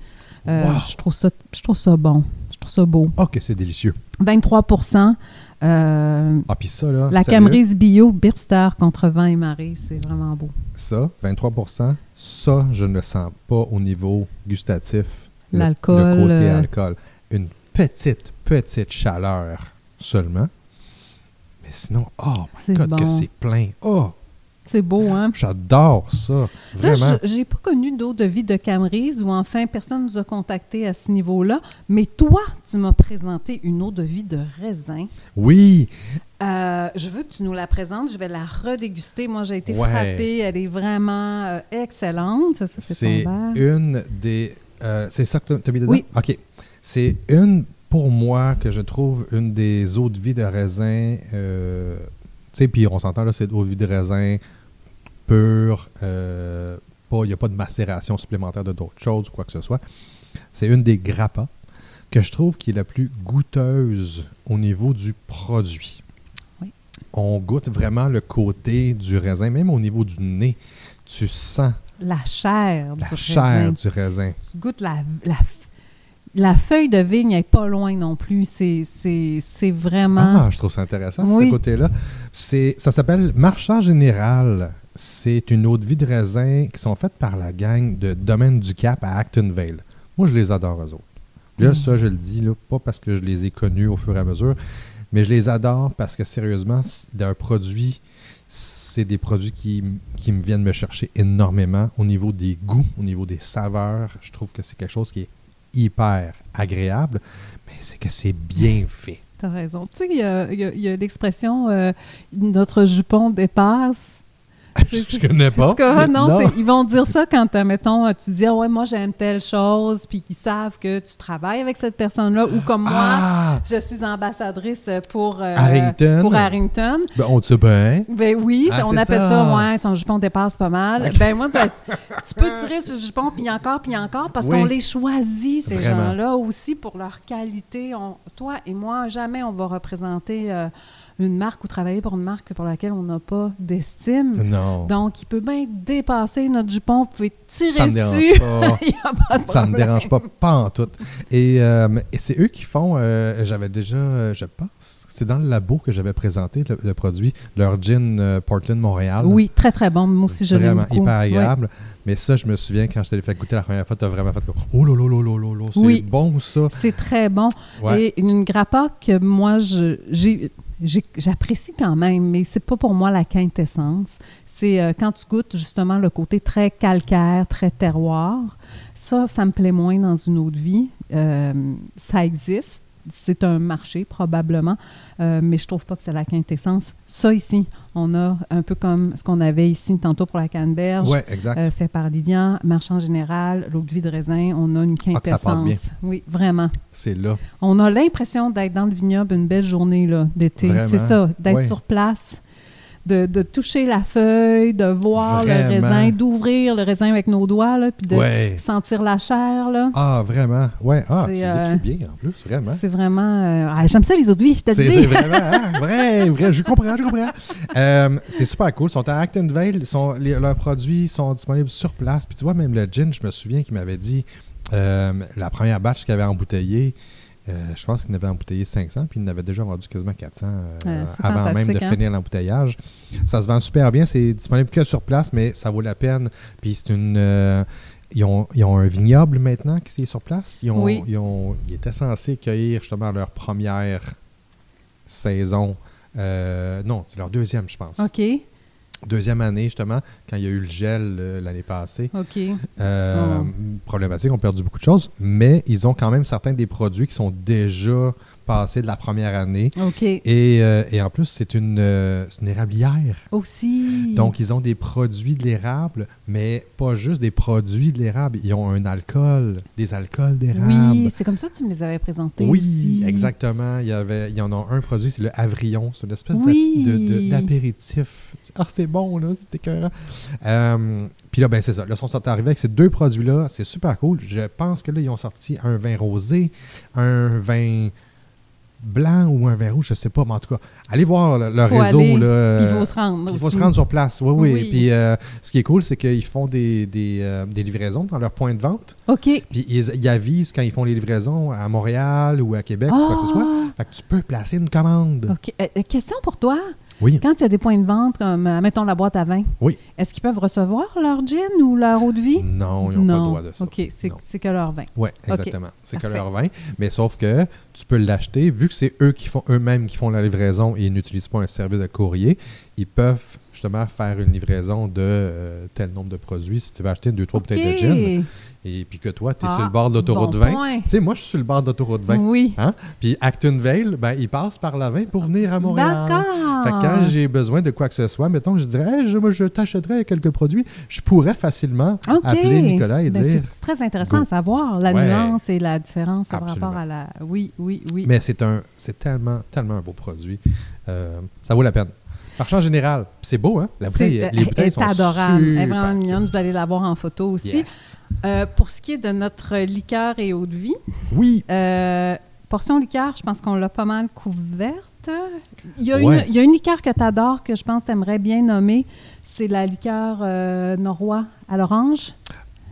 Euh, Wow. Je trouve ça, je trouve ça bon. Je trouve ça beau. Oh, que c'est délicieux! 23 euh, Ah, puis ça, là. La sérieux, Camerise bio Birster contre vent et marée, c'est vraiment beau. Ça, 23 ça, je ne le sens pas au niveau gustatif. le- L'alcool, Le, côté euh, alcool. Une petite, petite chaleur seulement. Mais sinon, oh my C'est God, que bon. c'est plein. Oh, C'est beau, hein? j'adore ça. Là, Vraiment. je- j'ai pas connu d'eau de vie de Camerise ou enfin personne nous a contacté à ce niveau-là. Mais toi, tu m'as présenté une eau de vie de raisin. Oui, Euh, je veux que tu nous la présentes. Je vais la redéguster. Moi, j'ai été Ouais. frappée. Elle est vraiment euh, excellente. Ça, c'est c'est ton verre. une des. euh, c'est ça que tu as mis dedans? Oui. OK. C'est une, pour moi, que je trouve une des eaux de vie de raisin. euh, tu sais, puis on s'entend, là, c'est eau de vie de raisin pure. euh, pas- Il n'y a pas de macération supplémentaire de d'autres choses ou quoi que ce soit. C'est une des grappas que je trouve qui est la plus goûteuse au niveau du produit. Oui. On goûte vraiment le côté du raisin, même au niveau du nez. Tu sens La chair la du chair raisin. du raisin. Tu goûtes la, la, f- la feuille de vigne. Elle est pas loin non plus. C'est- C'est c'est vraiment... Ah, je trouve ça intéressant, Oui. ce côté-là. C'est, ça s'appelle Marchand Général. C'est une eau de vie de raisin qui sont faites par la gang de Domaine du Cap à Actonville. Moi, je les adore, eux autres. Là, Mm. ça, je le dis, là, pas parce que je les ai connus au fur et à mesure, mais je les adore parce que, sérieusement, c'est un produit, c'est des produits qui, m- qui me viennent me chercher énormément au niveau des goûts, au niveau des saveurs. Je trouve que c'est quelque chose qui est hyper agréable, mais c'est que c'est bien fait. t'as raison. Tu sais, il y a, il y a- il y a l'expression euh, notre jupon dépasse. C'est- je connais pas. En tout cas, non, Oh, Non. c'est- ils vont dire ça quand, euh, mettons, euh, tu dis, Ah ouais, moi j'aime telle chose, puis qu'ils savent que tu travailles avec cette personne-là, ou comme moi, Ah! je suis ambassadrice pour, euh, Harrington. pour Harrington. Ben, on te sait bien. Ben oui, Ah, on c'est appelle ça. ça. ouais, son jupon dépasse pas mal. Ben moi, tu, tu peux tirer sur le jupon, puis encore, puis encore, parce Oui. qu'on les choisit, ces Vraiment. gens-là, aussi pour leur qualité. On- toi et moi, jamais on va représenter euh, une marque ou travailler pour une marque pour laquelle on n'a pas d'estime. Non. Donc, il peut bien dépasser notre jupon. Vous pouvez tirer ça me dessus. dérange pas. Il y a pas de Ça me problème. dérange pas, pas en tout. Et, euh, et c'est eux qui font, euh, j'avais déjà, euh, je pense, c'est dans le labo que j'avais présenté le, le produit, leur gin euh, Portland Montréal. Oui, très, très bon. Moi aussi, je l'aime Vraiment beaucoup. hyper Oui. agréable. Mais ça, je me souviens quand je te l'ai fait goûter la première fois, tu as vraiment fait comme Oh là là là là là là, c'est Oui. bon ça. C'est très bon. Ouais. Et une, une grappa que moi, je- j'ai- j'ai- j'apprécie quand même, mais c'est pas pour moi la quintessence. C'est euh, quand tu goûtes justement le côté très calcaire, très terroir. Ça, ça me plaît moins dans une autre vie. Euh, ça existe. C'est un marché, probablement, euh, mais je trouve pas que c'est la quintessence. Ça, ici, on a un peu comme ce qu'on avait ici tantôt pour la canneberge. ouais, exact. Euh, fait par Lilian, marchand général, l'eau de vie de raisin, on a Ah, une que ça quintessence. passe bien. Oui, vraiment. c'est là. On a l'impression d'être dans le vignoble une belle journée là, d'été. Vraiment. C'est ça, d'être Oui. sur place, de, de toucher la feuille, de voir Vraiment. le raisin, d'ouvrir le raisin avec nos doigts, là, puis de Ouais. sentir la chair. Là. Ah, vraiment. Ouais, ah, tu C'est, euh, le décris bien en plus, vraiment. C'est vraiment. euh, ah, J'aime ça, les eaux de vie, je te le C'est dis. c'est vraiment, hein? vrai, vrai, je comprends, je comprends. Euh, c'est super cool. Ils sont à Acton Vale, ils sont- les- leurs produits sont disponibles sur place. Puis tu vois, même le gin, je me souviens qu'il m'avait dit, euh, la première batch qu'il avait embouteillée, euh, je pense qu'il en avait embouteillé 500, puis il en avait déjà vendu quasiment 400 euh, Ouais, c'est avant même de fantastique, hein? finir l'embouteillage. Ça se vend super bien, c'est disponible que sur place, mais ça vaut la peine. Puis c'est une... euh, ils ont, ils ont un vignoble maintenant qui est sur place. Ils, ont, Oui. ils, ont- ils étaient censés cueillir justement leur première saison. euh, non, c'est leur deuxième, je pense. OK, Deuxième année, justement, quand il y a eu le gel euh, l'année passée. OK. Euh, Oh. Problématique, ont perdu beaucoup de choses, mais ils ont quand même certains des produits qui sont déjà passés de la première année. OK. Et, euh, et en plus, c'est une, euh, c'est une érablière. Aussi. Donc, ils ont des produits de l'érable, mais pas juste des produits de l'érable. Ils ont un alcool, des alcools d'érable. oui, c'est comme ça que tu me les avais présentés. Oui, aussi. exactement. Il y, avait, il y en a un produit, c'est le Avrillon. C'est une espèce d'a- Oui. de- de- d'apéritif. Ah, c'est bon, là, c'est écœurant. Euh, Puis là, ben, c'est ça. Là, ils sont sortis arrivés avec ces deux produits-là. C'est super cool. Je pense que là, ils ont sorti un vin rosé, un vin blanc ou un vin rouge, je sais pas. Mais en tout cas, allez voir le, le Faut réseau. aller. là. Il faut se rendre. Euh, Il aussi. faut se rendre sur place, oui, oui. Oui. Puis euh, ce qui est cool, c'est qu'ils font des, des, euh, des livraisons dans leur point de vente. OK. Puis ils, ils avisent quand ils font les livraisons à Montréal ou à Québec ou quoi que ce soit. Ah! Fait que tu peux placer une commande. OK. Euh, euh, question pour toi. Oui. Quand il y a des points de vente comme, euh, mettons, la boîte à vin, Oui. est-ce qu'ils peuvent recevoir leur gin ou leur eau de vie? Non, ils n'ont pas le droit de ça. OK, c'est Non. c'est que leur vin. Oui, Ok. exactement. C'est que Parfait. leur vin. Mais sauf que tu peux l'acheter, vu que c'est eux qui font eux-mêmes qui font la livraison et ils n'utilisent pas un service de courrier, ils peuvent justement faire une livraison de euh, tel nombre de produits si tu veux acheter deux, trois bouteilles de gin. Et puis que toi, tu es Ah, sur le bord de l'autoroute bon 20. point. Tu sais, moi, je suis sur le bord de l'autoroute 20. Oui. Hein? Puis Acton Vale, ben, il passe par la 20 pour venir à Montréal. Fait que D'accord. quand j'ai besoin de quoi que ce soit, mettons, je dirais, Hey, je, moi, je t'achèterais quelques produits, je pourrais facilement OK. appeler Nicolas et Ben, dire. C'est très intéressant go. à savoir, la Ouais. nuance et la différence par Absolument. rapport à la... Oui, oui, oui. Mais c'est un, c'est tellement, tellement un beau produit. Euh, ça vaut la peine. Marchand général, Puis c'est beau, hein? La bouteille, C'est- les bouteilles elle est sont adorable. Elle est super vraiment cute. mignonne. Vous allez la voir en photo aussi. Yes. Euh, pour ce qui est de notre liqueur et eau de vie, Oui, Euh, portion liqueur, je pense qu'on l'a pas mal couverte. Il y a, Ouais. une, il y a une liqueur que tu adores, que je pense que tu aimerais bien nommer. C'est la liqueur euh, norrois à l'orange.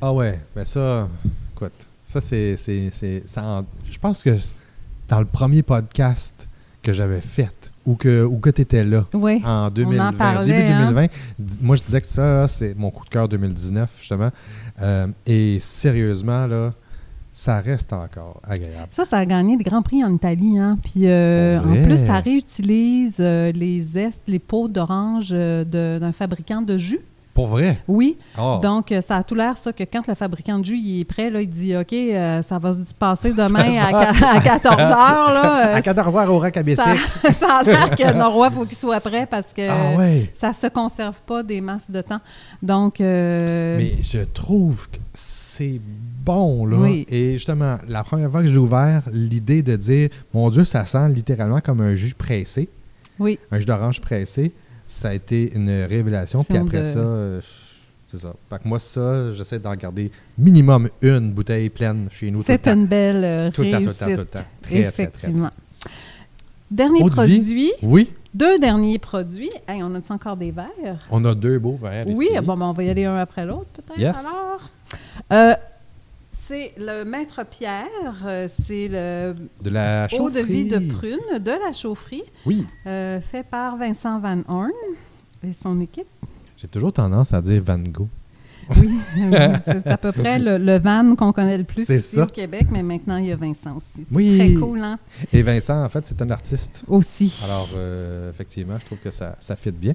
Ah ouais, ben ça, écoute, ça c'est, c'est, c'est- ça en- je pense que c'est- dans le premier podcast que j'avais fait, ou que, ou que tu étais là, Oui. en 2020, au parlait, début hein? 2020, dis- moi je disais que ça, là, c'est mon coup de cœur 2019 justement, Euh, et sérieusement là, ça reste encore agréable. Ça, ça a gagné des grands prix en Italie. Hein? Puis euh, Pour vrai? en plus, ça réutilise euh, les zestes, les peaux d'orange euh, de- d'un fabricant de jus. Pour vrai? Oui. Ah. Donc, euh, ça a tout l'air, ça, que quand le fabricant de jus il est prêt, là, il dit OK, euh, ça va se passer demain à, qua- à 14 h. Là, euh, à 14 h au rack à Bessic. ça, ça a l'air que Norrois, faut qu'il soit prêt parce que Ah ouais. ça se conserve pas des masses de temps. Donc, euh, Mais je trouve que c'est bon, là. Oui. Et justement, la première fois que je l'ai ouvert, l'idée de dire Mon Dieu, ça sent littéralement comme un jus pressé, oui. un jus d'orange pressé, ça a été une révélation. C'est Puis une après de- ça, euh, c'est ça. Fait que moi, ça, j'essaie d'en garder minimum une bouteille pleine chez nous. tout le C'est temps. une belle euh, Tout le temps, tout le temps, tout le réussite. temps. Très, très, très. Effectivement. Dernier Eau de vie. produit, Oui, deux derniers produits. Hey, on a-tu encore des verres? on a deux beaux verres. oui, ici. bon, ben, on va y aller un après l'autre peut-être Yes. alors. Euh, c'est le maître Pierre, euh, c'est le De la eau de vie de chaufferie. prune de la chaufferie, Oui. euh, fait par Vincent Van Horn et son équipe. J'ai toujours tendance à dire Van Gogh. Oui, oui, c'est à peu près le, le van qu'on connaît le plus C'est ici ça. au Québec, mais maintenant il y a Vincent aussi. C'est Oui. très cool, hein? Et Vincent, en fait, c'est un artiste. Aussi. Alors, euh, effectivement, je trouve que ça, ça fit bien.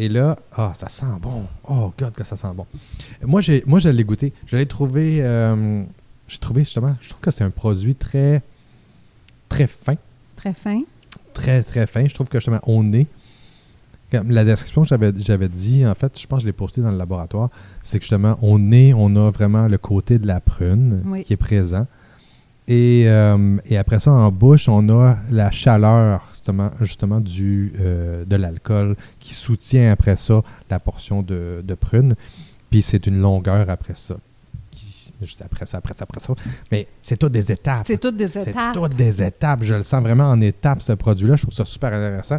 Et là, ah, ça sent bon. Oh, God, que ça sent bon. Moi, j'ai, moi je l'ai goûté. Je l'ai trouvé, euh, j'ai trouvé justement, je trouve que c'est un produit très, très fin. Très fin. Très, très fin. Je trouve que justement, au nez, comme la description que j'avais, j'avais dit, en fait, je pense que je l'ai posté dans le laboratoire, c'est que justement, au nez, on a vraiment le côté de la prune Oui. qui est présent. Et, euh, et après ça, en bouche, on a la chaleur justement, justement du, euh, de l'alcool qui soutient après ça la portion de, de prune. Puis c'est une longueur après ça. Qui- juste après ça, après ça, après ça. Mais c'est toutes des étapes. C'est toutes des C'est étapes. toutes des étapes. Je le sens vraiment en étapes, ce produit-là. Je trouve ça super intéressant.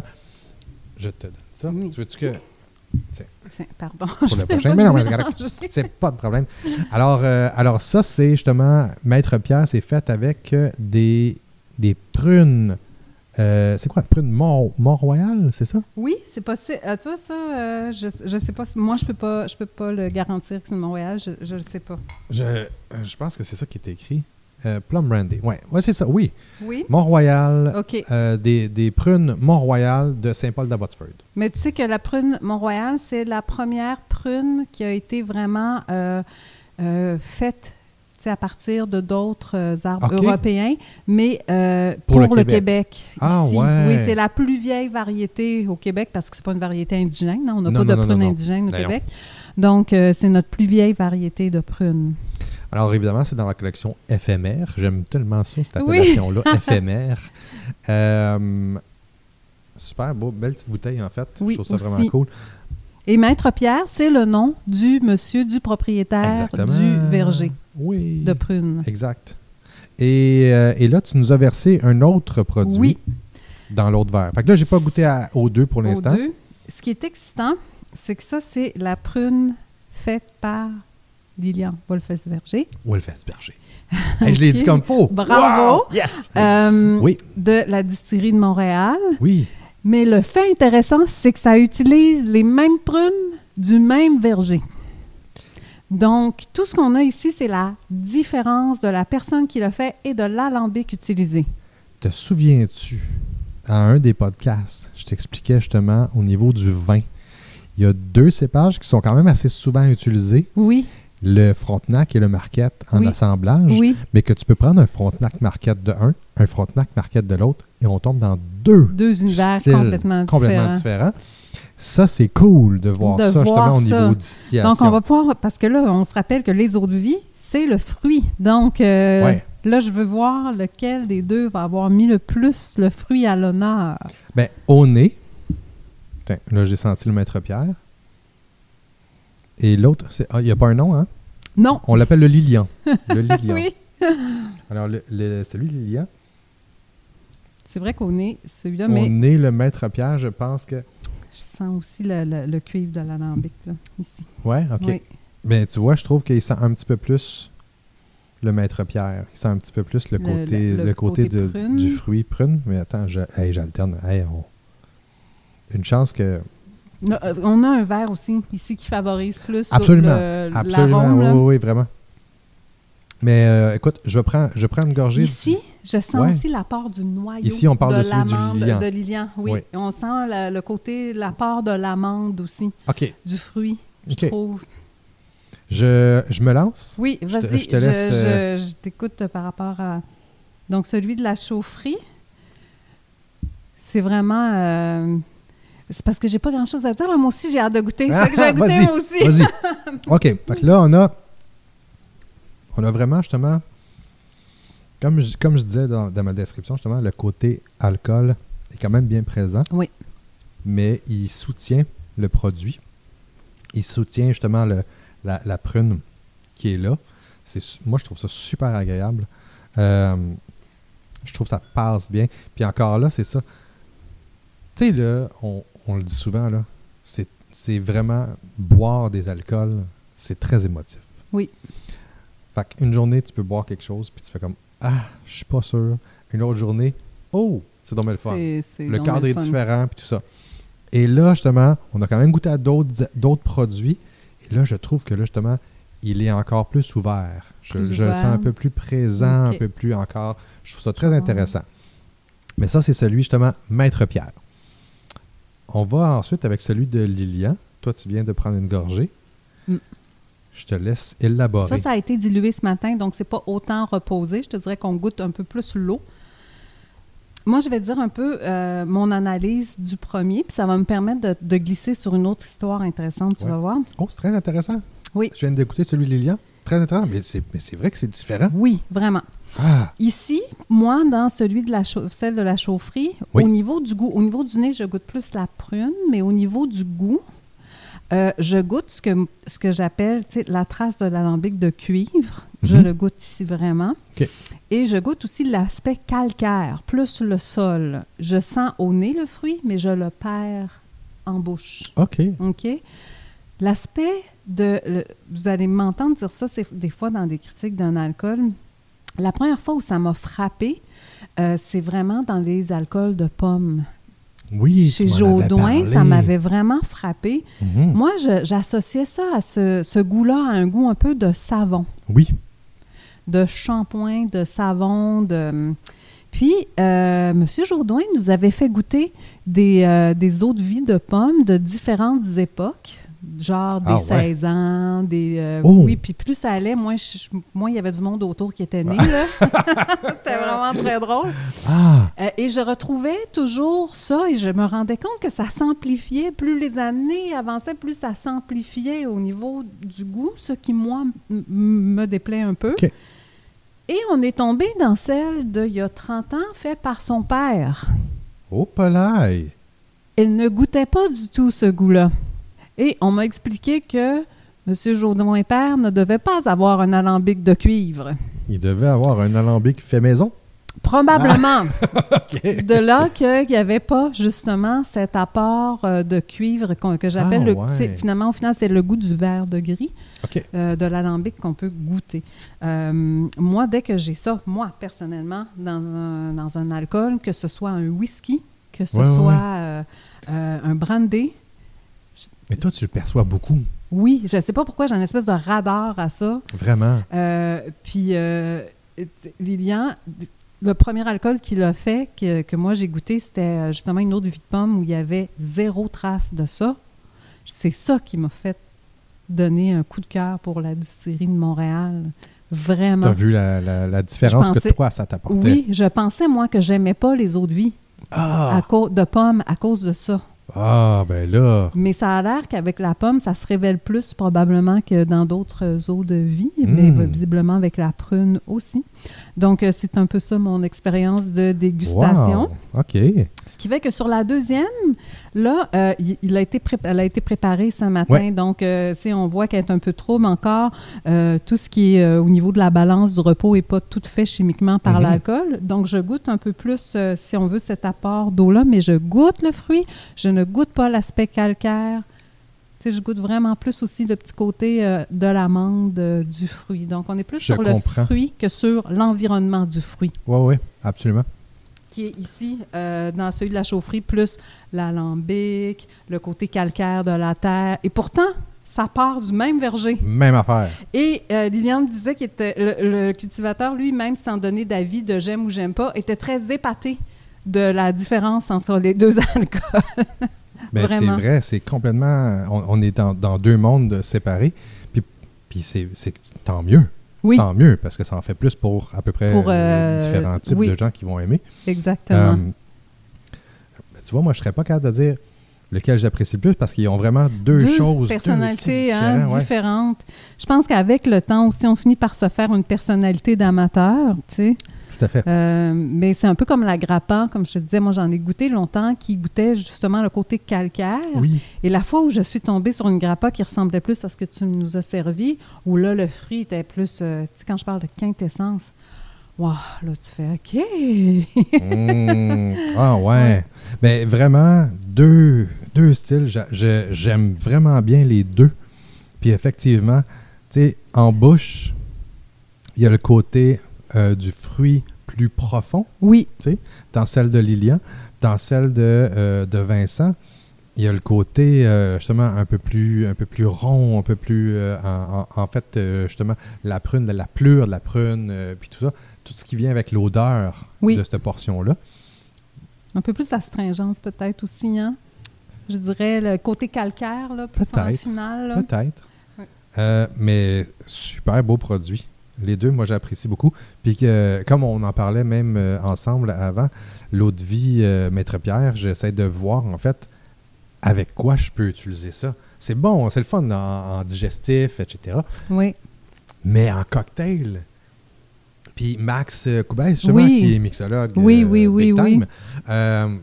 Je te donne ça. Oui. Tu veux-tu que. Tiens, Pardon. Pour le je voulais prochain. pas Mais non, te mais c'est correct. déranger. C'est pas de problème. Alors, euh, alors ça, c'est justement, Maître Pierre, c'est fait avec euh, des, des prunes. Euh, c'est quoi? Prunes Mont- Mont-Royal, c'est ça? Oui, c'est possible. Euh, tu vois, ça, euh, je, je sais pas. si- Moi, je peux pas, je peux pas le garantir que c'est de Montréal. Je, je le sais pas. Je, euh, je pense que c'est ça qui est écrit. Euh, Plum Brandy. Ouais, ouais c'est ça, oui. Oui. Mont-Royal, OK. euh, des, des prunes Mont-Royal de Saint-Paul-de-Botsford. Mais tu sais que la prune Mont-Royal, c'est la première prune qui a été vraiment euh, euh, faite tu sais, à partir de d'autres euh, arbres OK. européens, mais euh, Pour pour, le le, Québec. Québec. Ah, ici. ouais. Oui, c'est la plus vieille variété au Québec parce que c'est pas une variété indigène. non, On n'a Non, pas de non, non, prune non, Ben non. indigène au D'ailleurs. Québec. Donc, euh, c'est notre plus vieille variété de prune. Alors évidemment, c'est dans la collection éphémère. J'aime tellement ça, cette Oui. appellation-là, éphémère. Euh, super beau, belle petite bouteille en fait. Oui, Je trouve ça vraiment aussi. cool. Et Maître Pierre, c'est le nom du monsieur, du propriétaire du verger Oui. de prune. Exact. Et, euh, et là, tu nous as versé un autre produit Oui. dans l'autre verre. Fait que là, j'ai pas goûté à- aux deux pour aux l'instant. deux. Ce qui est excitant, c'est que ça, c'est la prune faite par Lilian Wolfes-Verger. Wolfensberger. Hey, je l'ai Ok. dit comme faux. Bravo. Wow! Yes! euh, Oui, de la distillerie de Montréal. oui. Mais le fait intéressant, c'est que ça utilise les mêmes prunes du même verger. Donc, tout ce qu'on a ici, c'est la différence de la personne qui l'a fait et de l'alambic utilisé. Te souviens-tu, à un des podcasts, je t'expliquais justement au niveau du vin, il y a deux cépages qui sont quand même assez souvent utilisés, Oui, le Frontenac et le Marquette en Oui. assemblage, oui, mais que tu peux prendre un Frontenac Marquette de un, un Frontenac Marquette de l'autre, et on tombe dans deux deux univers styles complètement, complètement différents. différents. Ça, c'est cool de voir De ça voir justement au ça. niveau distillation. Donc, on va pouvoir, parce que là, on se rappelle que les eaux de vie, c'est le fruit. Donc, euh, Ouais. là, je veux voir lequel des deux va avoir mis le plus le fruit à l'honneur. Ben, au nez. Tiens, là, j'ai senti le maître Pierre. Et l'autre, c'est- ah, il n'y a pas un nom, hein? Non. On l'appelle le Lilian. Le Lilian. Oui. Alors, le, le- celui de Lilian, C'est vrai qu'on est celui-là, on Ah, mais est le maître Pierre, je pense que. je sens aussi le, le- le cuivre de l'alambic, là, ici. Ouais, ok. Oui. Mais tu vois, je trouve qu'il sent un petit peu plus le maître Pierre. Il sent un petit peu plus le Le- côté, le- le, le côté, côté de- prune. du fruit prune. Mais attends, je- hey, j'alterne. Hey, on- Une chance que. No- euh, on a un verre aussi, ici, qui favorise plus Absolument. le- Absolument, l'arôme. oui, là. oui, oui, vraiment. Mais euh, écoute, je prends, je prends une gorgée. du- Ici, je sens Ouais. aussi l'apport du noyau Ici, on parle de de celui du l'amande, Lilian. de Lilian, oui. Oui. On sent le, le côté, l'apport de l'amande aussi, OK. du fruit. je OK. trouve. Je, je me lance. Oui, Je te- vas-y, je je, te laisse, euh, je- je t'écoute par rapport à... Donc, celui de la chaufferie, c'est vraiment... euh, c'est parce que j'ai pas grand-chose à dire. là. Moi aussi, j'ai hâte de goûter. C'est que j'ai goûté, Vas-y, moi aussi. Vas-y. OK. Fait que là, on a, on a vraiment, justement, comme je, comme je disais dans, dans ma description, justement, le côté alcool est quand même bien présent. Oui. Mais il soutient le produit. Il soutient, justement, le, la, la prune qui est là. C'est, su- moi, je trouve ça super agréable. Euh, je trouve que ça passe bien. Puis encore là, c'est ça. Tu sais, là, on, on le dit souvent, là, c'est c'est vraiment boire des alcools, c'est très émotif. Oui. Fait qu'une journée, tu peux boire quelque chose, puis tu fais comme Ah, je suis pas sûr. Une autre journée, Oh, c'est dommage le fun. C'est- c'est Le donc cadre bien est fun. différent, puis tout ça. Et là, justement, on a quand même goûté à d'autres d'autres produits. Et là, je trouve que là, justement, il est encore plus ouvert. Je, Plus je le sens un ouvert. peu plus présent, Ok. Ah. un peu plus encore. Je trouve ça très intéressant. Mais ça, c'est celui, justement, Maître Pierre. On va ensuite avec celui de Lilian. Toi, tu viens de prendre une gorgée. Mm. Je te laisse élaborer. Ça, ça a été dilué ce matin, donc c'est pas autant reposé. Je te dirais qu'on goûte un peu plus l'eau. Moi, je vais dire un peu euh, mon analyse du premier, puis ça va me permettre de, de glisser sur une autre histoire intéressante, tu Ouais. vas voir. Oh, c'est très intéressant. Oui. Je viens d'écouter celui de Lilian. Très intéressant. Mais c'est mais c'est vrai que c'est différent. Oui, vraiment. Ah, Ici, moi, dans celui de la chau- celle de la chaufferie, Oui. au niveau du goût, au niveau du nez, je goûte plus la prune, mais au niveau du goût, euh, je goûte ce que, ce que j'appelle tu sais, la trace de l'alambic de cuivre. Je Mhm. le goûte ici vraiment. OK. Et je goûte aussi l'aspect calcaire, plus le sol. Je sens au nez le fruit, mais je le perds en bouche. OK. OK? L'aspect de. le- vous allez m'entendre dire ça, c'est des fois dans des critiques d'un alcool. La première fois où ça m'a frappé, euh, c'est vraiment dans les alcools de pommes. Oui, Chez tu m'en avais Jodoin, ça parlé. m'avait vraiment frappé. Mhm. Moi, je- j'associais ça à ce, ce goût-là, à un goût un peu de savon, Oui. de shampoing, de savon, de. Puis, euh, Monsieur Jourdouin nous avait fait goûter des, euh, des eaux de vie de pommes de différentes époques, genre des Ah ouais. 16 ans, des... euh, Oh! Oui, puis plus ça allait, moins, je- moins il y avait du monde autour qui était né, là. C'était vraiment très drôle. Ah, Euh, et je retrouvais toujours ça et je me rendais compte que ça s'amplifiait. Plus les années avançaient, plus ça s'amplifiait au niveau du goût, ce qui, moi, m- m- me déplaît un peu. OK. Et on est tombé dans celle d'il y a 30 ans, faite par son père. oh, polaille. Elle ne goûtait pas du tout ce goût-là. Et on m'a expliqué que M. Jourdain et père ne devait pas avoir un alambic de cuivre. Il devait avoir un alambic fait maison. Probablement. OK. De là qu'il n'y avait pas justement cet apport euh, de cuivre qu'on- que j'appelle Ah, le- ouais. c'est- finalement au final c'est le goût du verre de gris OK. euh, de l'alambic qu'on peut goûter. Euh, moi dès que j'ai ça, moi personnellement dans un dans un alcool que ce soit un whisky, que ce Ouais, ouais, soit ouais. euh, euh, un brandy, Mais toi, tu le perçois beaucoup. oui, je ne sais pas pourquoi j'ai une espèce de radar à ça. Vraiment. Euh, puis euh, t- Lilian, le premier alcool qu'il a fait, que, que moi j'ai goûté, c'était euh, justement une autre vie de pomme où il y avait zéro trace de ça. C'est ça qui m'a fait donner un coup de cœur pour la distillerie de Montréal. Tu as Vraiment. vu la, la- la différence Je que pensais- toi, ça t'apportait. Oui, je pensais, moi, que j'aimais pas les eaux de vie à Ah, cause de pommes à cause de ça. ah, ben là. Mais ça a l'air qu'avec la pomme, ça se révèle plus probablement que dans d'autres eaux de vie, mais Mm. visiblement avec la prune aussi. Donc, euh, c'est un peu ça mon expérience de dégustation. Wow. OK. Ce qui fait que sur la deuxième, là, euh, il, il a été pré- elle a été préparée ce matin. Ouais. Donc, euh, tu sais, on voit qu'elle est un peu trouble encore. Euh, tout ce qui est euh, au niveau de la balance du repos n'est pas tout fait chimiquement par Mhm. l'alcool. Donc, je goûte un peu plus, euh, si on veut, cet apport d'eau-là, mais je goûte le fruit. Je ne goûte pas l'aspect calcaire. Tu sais, je goûte vraiment plus aussi le petit côté euh, de l'amande, euh, du fruit. Donc, on est plus Je sur comprends. le fruit que sur l'environnement du fruit Oui, oui, absolument. qui est ici euh, dans celui de la chaufferie, plus l'alambic, le côté calcaire de la terre. Et pourtant, ça part du même verger. Même affaire. Et euh, Liliane disait que le, le cultivateur lui-même, sans donner d'avis de j'aime ou j'aime pas, était très épaté de la différence entre les deux alcools. Ben, c'est Vraiment. vrai, c'est complètement. On, on est dans, dans deux mondes séparés. Puis, puis c'est, c'est tant mieux. Oui, Tant mieux, parce que ça en fait plus pour à peu près Pour, euh, euh, différents types oui. de gens qui vont aimer. exactement. Euh, ben, tu vois, moi, je serais pas capable de dire lequel j'apprécie le plus parce qu'ils ont vraiment deux, choses, deux types personnalités hein, différents, ouais. différentes. Je pense qu'avec le temps aussi, on finit par se faire une personnalité d'amateur, tu sais. Tout à fait. Euh, mais c'est un peu comme la grappa, comme je te disais, moi j'en ai goûté longtemps, qui goûtait justement le côté calcaire. Oui, Et la fois où je suis tombée sur une grappa qui ressemblait plus à ce que tu nous as servi, où là le fruit était plus, euh, tu sais, quand je parle de quintessence, waouh, là tu fais OK. Mm. Ah ouais. Mais vraiment, deux, deux styles. J'a- je- J'aime vraiment bien les deux. Puis effectivement, tu sais, en bouche, il y a le côté euh, du fruit plus profond oui, dans celle de Lilian. Dans celle de, euh, de Vincent, il y a le côté euh, justement un peu plus un peu plus rond, un peu plus euh, en, en- en fait euh, justement la prune, la plure de la prune, euh, puis tout ça, tout ce qui vient avec l'odeur Oui. de cette portion là. un peu plus d'astringence peut-être aussi, hein? Je dirais le côté calcaire, là, plus en Peut-être. finale. là. Peut-être. Ouais. Euh, mais super beau produit. Les deux, moi, j'apprécie beaucoup. Puis, que, comme on en parlait même euh, ensemble avant, l'eau de vie, euh, Maître Pierre, j'essaie de voir, en fait, avec quoi je peux utiliser ça. C'est bon, c'est le fun en, en digestif, etc. Oui, Mais en cocktail. Puis Max euh, Coubès, justement, Oui. qui est mixologue. Oui, oui, oui, big oui. time, euh,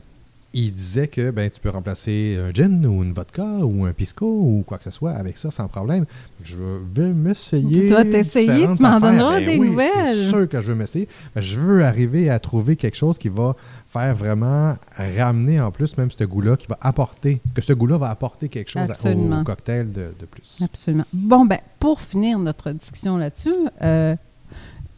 il disait que ben, tu peux remplacer un gin ou une vodka ou un pisco ou quoi que ce soit avec ça sans problème. Je vais m'essayer. Tu vas t'essayer, différentes tu m'en affaires. Ben donneras des oui, nouvelles. C'est sûr que je veux m'essayer. Mais je veux arriver à trouver quelque chose qui va faire vraiment ramener en plus même ce goût-là, qui va apporter, que ce goût-là va apporter quelque chose à- Absolument. au cocktail de, de plus. absolument. Bon, ben, pour finir notre discussion là-dessus, euh,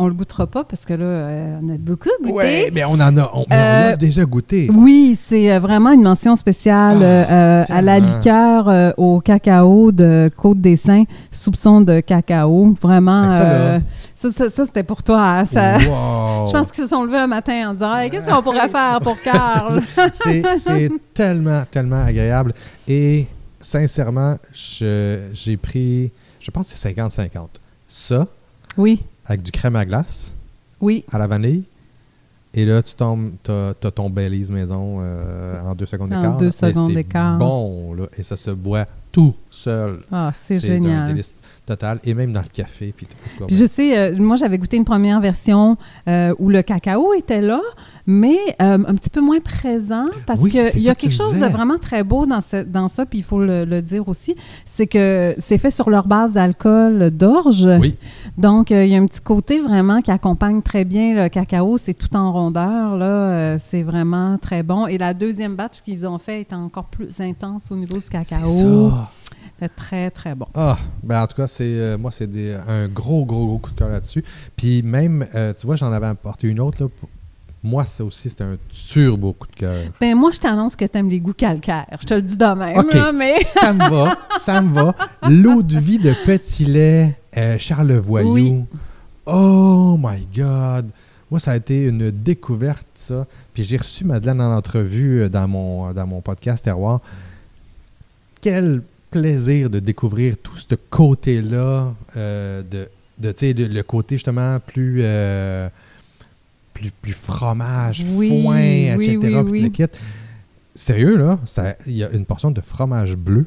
on le goûtera pas parce que là, euh, on a beaucoup goûté. Ouais, mais on en a, on, mais on Euh, a déjà goûté. Oui, c'est euh, vraiment une mention spéciale Ah, euh, euh, à la tellement. liqueur euh, au cacao de Côte des Saints, soupçon de cacao. Vraiment, Fait que ça, Ben, ça, là- ça, ça, ça, c'était pour toi. hein, ça. Wow! Je pense qu'ils se sont levés un matin en disant Hey, Qu'est-ce qu'on pourrait faire pour Carl c'est, c'est tellement, tellement agréable. Et sincèrement, je- j'ai pris, je pense que c'est 50-50. Ça, Oui, avec du crème à glace, oui. à la vanille. Et là, tu tombes, t'as, t'as ton Baileys maison euh, en deux secondes En d'écart. deux Et secondes c'est d'écart. bon, là. Et ça se boit tout seul. Ah, c'est un génial. délice total. Et même dans le café. Puis, tout, quoi. Puis je sais, euh, moi, j'avais goûté une première version euh, où le cacao était là, mais euh, un petit peu moins présent parce Oui, c'est qu'il y ça a que tu quelque me chose de disais. vraiment très beau dans, ce- dans ça, puis il faut le, le dire aussi, c'est que c'est fait sur leur base d'alcool d'orge. oui, Donc, euh, il y a un petit côté vraiment qui accompagne très bien le cacao. C'est tout en rondeur, là. Euh, c'est vraiment très bon. Et la deuxième batch qu'ils ont fait est encore plus intense au niveau du c'est cacao. ça. C'est très, très bon. Ah, ben en tout cas, c'est euh, moi, c'est des- un gros, gros, gros coup de cœur là-dessus. Puis même, euh, tu vois, j'en avais apporté une autre. Là, pour- Moi, ça aussi, c'était un turbo coup de cœur. Ben moi, je t'annonce que t'aimes les goûts calcaires. Je te le dis de même, OK. là, mais... Ça me va, ça me va. L'eau de vie de Petit Lait, euh, Charlevoyou. Oui. Oh my God! Moi, ça a été une découverte, ça. Puis j'ai reçu Madeleine en entrevue euh, dans mon, dans mon podcast Terroir. Quel plaisir de découvrir tout ce côté-là, euh, de, de, tu sais, de- le côté justement plus, euh, plus, plus fromage, Oui, foin, oui, etc. oui, puis tout oui. le kit. Sérieux, là, ça- il y a une portion de fromage bleu,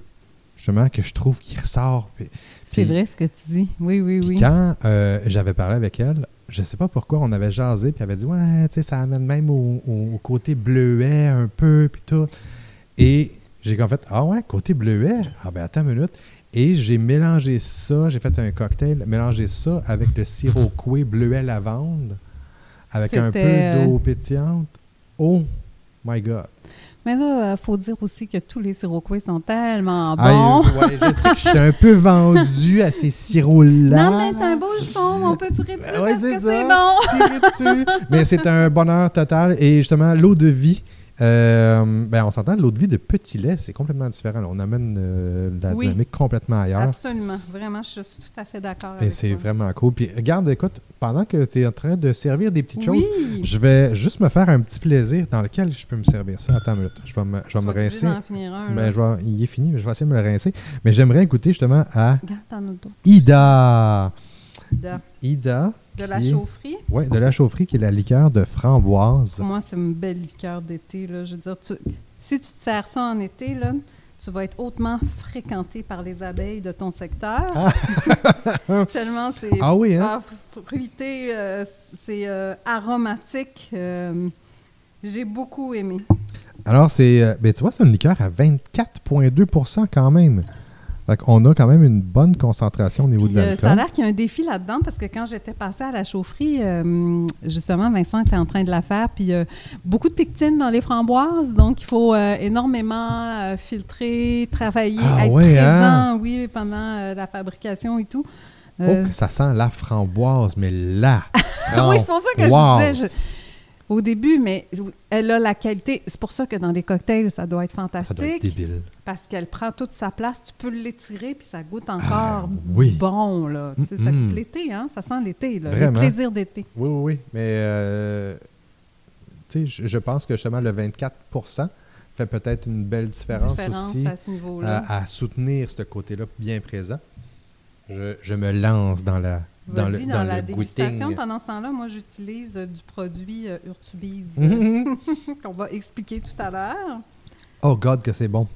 justement, que je trouve qui ressort. Puis- C'est puis- vrai ce que tu dis. Oui, oui, puis oui. quand euh, j'avais parlé avec elle, je sais pas pourquoi, on avait jasé, puis elle avait dit Ouais, tu sais, ça amène même au, au- au côté bleuet un peu, puis tout. Et j'ai comme fait Ah ouais, côté bleuet Ah ben attends une minute. Et j'ai mélangé ça, j'ai fait un cocktail, mélangé ça avec le sirop coué bleuet lavande, avec un peu C'était, euh, d'eau pétillante. Oh my God. Mais là, il faut dire aussi que tous les siroquois sont tellement Ah, bons. je- ouais, je sais que je suis un peu vendu à ces sirops-là. Non, mais t'es un beau jupon, on peut tirer dessus Ouais, parce que c'est c'est ça. bon. Tirer dessus. Mais c'est un bonheur total. Et justement, l'eau de vie Euh, ben, on s'entend, l'eau de vie de petit lait, c'est complètement différent. là. On amène euh, la Oui. dynamique complètement ailleurs. Absolument. Vraiment, je suis tout à fait d'accord Et avec c'est toi. vraiment cool. Puis regarde, écoute, pendant que tu es en train de servir des petites choses, Oui. je vais juste me faire un petit plaisir dans lequel je peux me servir ça. Attends une minute, je vais me, je vais Tu me vas être obligé rincer. d'en finir un. là. Ben, je vais- il est fini, mais je vais essayer de me le rincer. Mais j'aimerais goûter justement à Garde ton auto. Ida. De, Ida. de qui la est- chaufferie. Ouais, de la chaufferie, qui est la liqueur de framboise. Pour moi, c'est une belle liqueur d'été. là. Je veux dire, tu- si tu te sers ça en été, là, tu vas être hautement fréquenté par les abeilles de ton secteur. Tellement c'est Ah oui, hein? ah, fruité, euh, c'est euh, aromatique. euh, J'ai beaucoup aimé. Alors, c'est. euh, Ben, tu vois, c'est une liqueur à 24,2 quand même. Fait qu'on a quand même une bonne concentration au niveau Puis, de euh, l'alcool. ça a l'air qu'il y a un défi là-dedans parce que quand j'étais passée à la chaufferie, euh, justement, Vincent était en train de la faire. Puis euh, beaucoup de pectine dans les framboises, donc il faut euh, énormément euh, filtrer, travailler, Ah être ouais, présent, hein? oui, pendant euh, la fabrication et tout. Oh, Euh, Ah que ça sent la framboise, mais là. oui, c'est pour ça que je disais je- au début, mais elle a la qualité. C'est pour ça que dans les cocktails, ça doit être Ça fantastique doit être débile. parce qu'elle prend toute sa place. Tu peux l'étirer puis ça goûte Ah, encore oui. bon là. Tu sais, Ça Mm-mm. goûte l'été, hein? Ça sent l'été là. Vraiment. Le plaisir d'été. Oui, oui, oui. Mais, euh, tu sais, je, je pense que justement, le 24 fait peut-être une belle différence, Différence aussi euh, à ce niveau-là. à, à soutenir ce côté-là bien présent. Je, je me lance dans la dans le, Vas-y, dans, dans la le dégustation, goûting. pendant ce temps-là, moi, j'utilise euh, du produit euh, Urtubise euh, Mhm. qu'on va expliquer tout à l'heure. oh God, que c'est bon.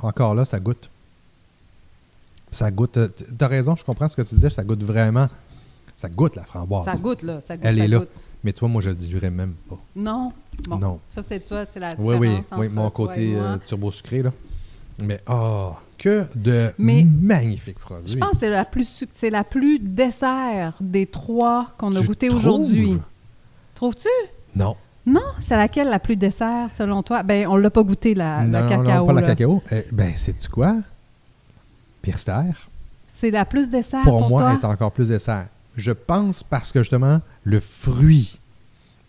Encore là, ça goûte. Ça goûte. euh, t- T'as raison, je comprends ce que tu disais. Ça goûte vraiment. Ça goûte la framboise. Ça goûte, là. Ça goûte, Ah. Elle ça est là. goûte. Mais tu vois, moi, je le dirais même pas. Non. Bon, Non. Ça, c'est toi, c'est la Oui, différence oui, entre oui, mon toi et côté moi. euh, turbo-sucré, là. Mais oh, que de Mais- magnifiques produits. Je pense que c'est la plus suc- c'est la plus dessert des trois qu'on a Tu goûté trouves? aujourd'hui. Trouves-tu? Non. Non, c'est laquelle la plus dessert selon toi? Ben, on l'a pas goûté la, non, la non, cacao. non, pas la là. cacao. Eh, ben, sais-tu quoi? Pirster, C'est la plus dessert pour, pour, moi, toi? est encore plus dessert. Je pense parce que, justement, le fruit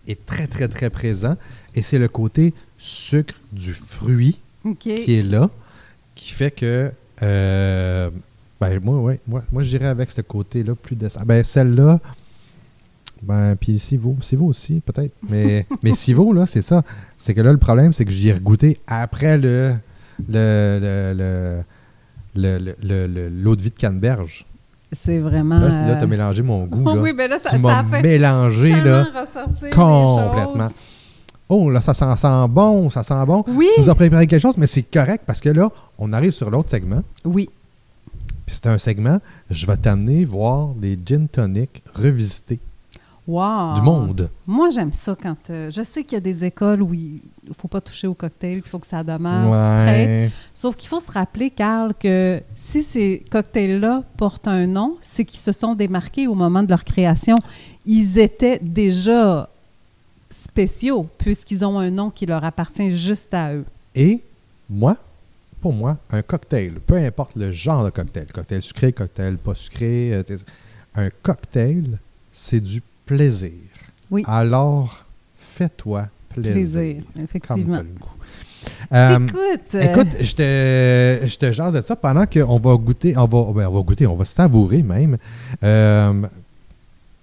est très, très, très présent. Et c'est le côté sucre du fruit Ok. qui est là, qui fait que. euh, ben, moi, ouais, moi, moi je dirais avec ce côté-là, plus de Ben, celle-là. Ben, puis Sivo, Sivo aussi, peut-être. Mais, mais Sivo, là, c'est ça. C'est que là, le problème, c'est que j'y ai regoûté après le. le. le. le- le. le- le- le- l'eau de vie de canneberge. C'est vraiment. Là, c'est- là, t'as euh, mélangé mon goût. Oh là. oui, ben là, ça, tu ça m'as a fait mélangé, là. tellement ressortir Complètement. des choses. Oh, là, ça s'en sent bon, ça sent bon. Oui, Tu nous as préparé quelque chose, mais c'est correct parce que là, on arrive sur l'autre segment. oui. Puis c'est un segment, je vais t'amener voir des gin tonic revisités Wow. du monde. Moi, j'aime ça quand... euh, je sais qu'il y a des écoles où il ne faut pas toucher au cocktail, qu'il faut que ça demeure straight. ouais. Sauf qu'il faut se rappeler, Carl, que si ces cocktails-là portent un nom, c'est qu'ils se sont démarqués au moment de leur création. Ils étaient déjà spéciaux puisqu'ils ont un nom qui leur appartient juste à eux. Et moi, pour moi, un cocktail, peu importe le genre de cocktail, cocktail sucré, cocktail pas sucré, euh, t'es- un cocktail, c'est du plaisir. Oui. Alors, fais-toi plaisir. Plaisir, Comme ça, effectivement. le goût. Je Euh, t'écoute. Écoute, je te, je te jase de ça pendant qu'on va goûter, on va, ben, on va goûter, on va se savourer même. Euh,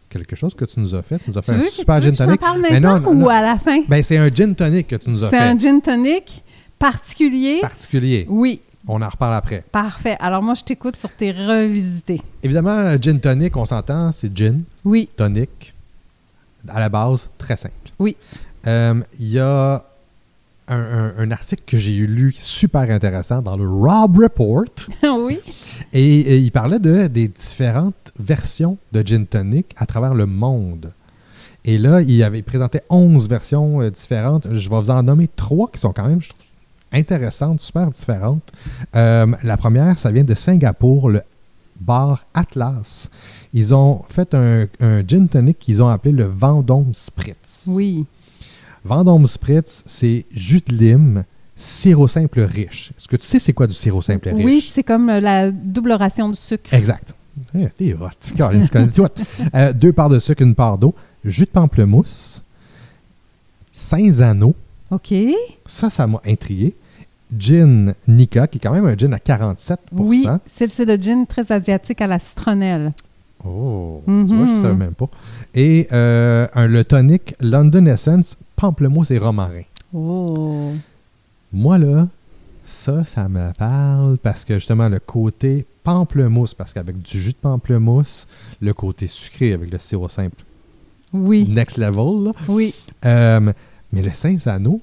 quelque chose que tu nous as fait. Tu nous as tu fait un veux que- euh, super tu veux gin que je t'en tonic. parle Mais non, maintenant non, non. ou à la fin? Ben, c'est un gin tonic que tu nous as C'est fait. un gin tonic particulier. Particulier. Oui, On en reparle après. parfait. Alors moi, je t'écoute sur tes revisités. Évidemment, gin tonic, on s'entend, c'est gin, Oui, tonic. À la base, très simple. Oui. Euh, Il y a un, un- un article que j'ai lu super intéressant dans le Rob Report. oui. Et, et il parlait de, des différentes versions de gin tonic à travers le monde. Et là, il avait présenté 11 versions euh, différentes. Je vais vous en nommer trois qui sont quand même, je trouve, intéressantes, super différentes. Euh, la première, ça vient de Singapour, le bar Atlas. Ils ont fait un, un gin tonic qu'ils ont appelé le Vendôme Spritz. Oui, Vendôme Spritz, c'est jus de lime, sirop simple riche. Est-ce que tu sais c'est quoi du sirop simple riche? oui c'est comme euh, la double ration de sucre. Exact. Eh, T'es hot, Caroline, tu connais tout. Euh, deux parts de sucre, une part d'eau, jus de pamplemousse, 16 anneaux, OK. Ça, ça m'a intrigué. Gin Nika, qui est quand même un gin à 47 Oui, c'est c'est le gin très asiatique à la citronnelle. Oh, Mhm. tu vois, je ne savais même pas. Et euh, un- le tonic London Essence, pamplemousse et romarin. Oh. Moi, là, ça, ça me parle parce que justement, le côté pamplemousse, parce qu'avec du jus de pamplemousse, le côté sucré avec le sirop simple, Oui, next level. là. oui. Euh, mais le Saint-Sano,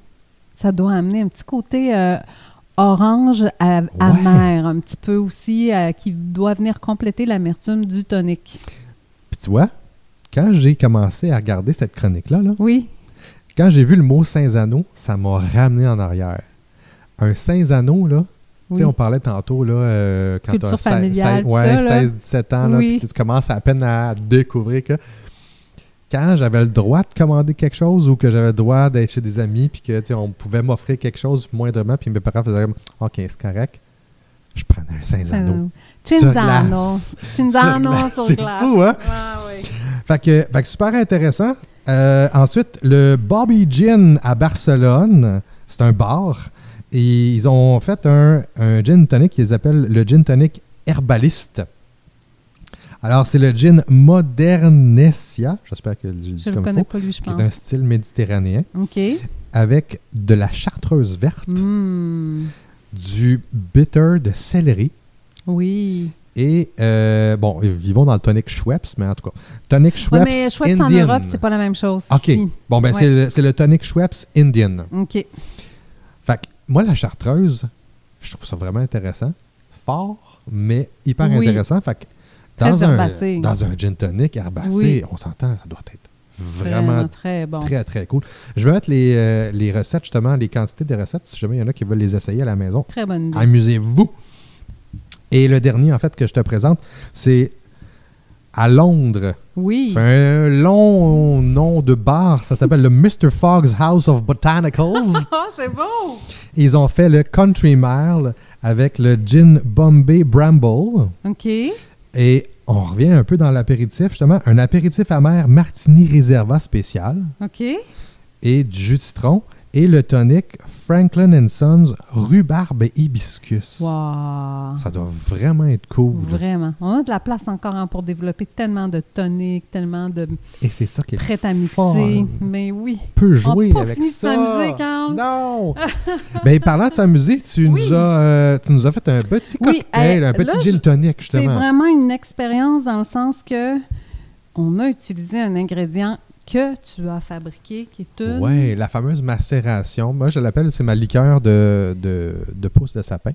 Ça doit amener un petit côté euh, orange à- amer, un petit peu aussi, euh, qui doit venir compléter l'amertume du tonic. puis tu vois, quand j'ai commencé à regarder cette chronique-là, là, Oui. quand j'ai vu le mot Saint-Sano, ça m'a ramené en arrière. Un Saint-Sano, là, Tu oui. sais, on parlait tantôt, là, euh, quand tu Culture as familiale, tout ça, là. 16-17 ans, là, Oui. puis tu commences à peine à découvrir que quand j'avais le droit de commander quelque chose ou que j'avais le droit d'être chez des amis, puis que, tu sais, on pouvait m'offrir quelque chose moindrement, puis mes parents faisaient comme, OK, c'est correct, je prenais un Saint-Zano. Euh, Cinzano. glace. Cinzano Sur glace. sur C'est glace. fou, hein? Ah, oui. Fait que, fait que super intéressant. Euh, ensuite, le Bobby Gin à Barcelone, c'est un bar. Et ils ont fait un, un gin tonic qu'ils appellent le gin tonic herbaliste. Alors, c'est le gin Modernesia, j'espère que je le dis Je le comme connais faut, pas, lui, je qui est un pense. style méditerranéen, OK. avec de la chartreuse verte, Hmm. du bitter de céleri, Oui. et, euh, bon, ils vont dans le tonic Schweppes, mais en tout cas, tonic Ouais, Schweppes mais Schweppes en Indian. Europe, c'est pas la même chose. OK. ici. Bon, ben, Ouais. c'est le- c'est le, tonic Schweppes Indian. OK. Fait que moi, la chartreuse, je trouve ça vraiment intéressant. Fort, mais hyper Oui. intéressant. Fait que Très dans, un, herbacé. dans un gin tonic herbacé, Oui. on s'entend, ça doit être vraiment très bon. très, très cool. Je vais mettre les, euh, les recettes, justement, les quantités de recettes, si jamais il y en a qui veulent les essayer à la maison. Très bonne idée. Amusez-vous. Et le dernier, en fait, que je te présente, c'est à Londres. Oui. C'est un long nom de bar. Ça s'appelle le Mr. Fogg's House of Botanicals. Ah, c'est beau! Ils ont fait le Country Mile avec le gin Bombay Bramble. OK. Et on revient un peu dans l'apéritif, justement. Un apéritif amer Martini Reserva spécial OK. et du jus de citron. Et le tonic Franklin Sons rhubarbe et hibiscus. Wow! Ça doit vraiment être cool. Vraiment. On a de la place encore hein, pour développer tellement de toniques, tellement de Et c'est ça qui est prêts à mixer. fort. Mais oui. On peut jouer On a pas avec fini de ça. s'amuser, Carl. Non. ben parlant de s'amuser, tu Oui. nous as euh, tu nous as fait un petit Oui, cocktail, euh, un petit là, je- gin tonic C'est justement. vraiment une expérience dans le sens que on a utilisé un ingrédient que tu as fabriqué, qui est une... Oui, la fameuse macération. Moi, je l'appelle, c'est ma liqueur de, de, de pousse de sapin.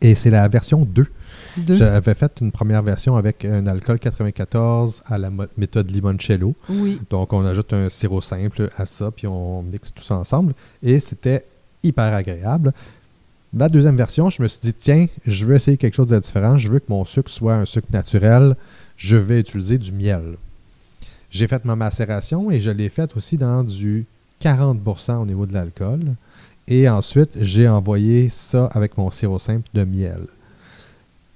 Et c'est la version 2. deux. J'avais fait une première version avec un alcool 94 à la mo- méthode limoncello. Oui. Donc, on ajoute un sirop simple à ça, puis on mixe tout ça ensemble. Et c'était hyper agréable. La deuxième version, je me suis dit, tiens, je veux essayer quelque chose de différent. Je veux que mon sucre soit un sucre naturel. Je vais utiliser du miel. J'ai fait ma macération et je l'ai faite aussi dans du 40% au niveau de l'alcool. Et ensuite, j'ai envoyé ça avec mon sirop simple de miel.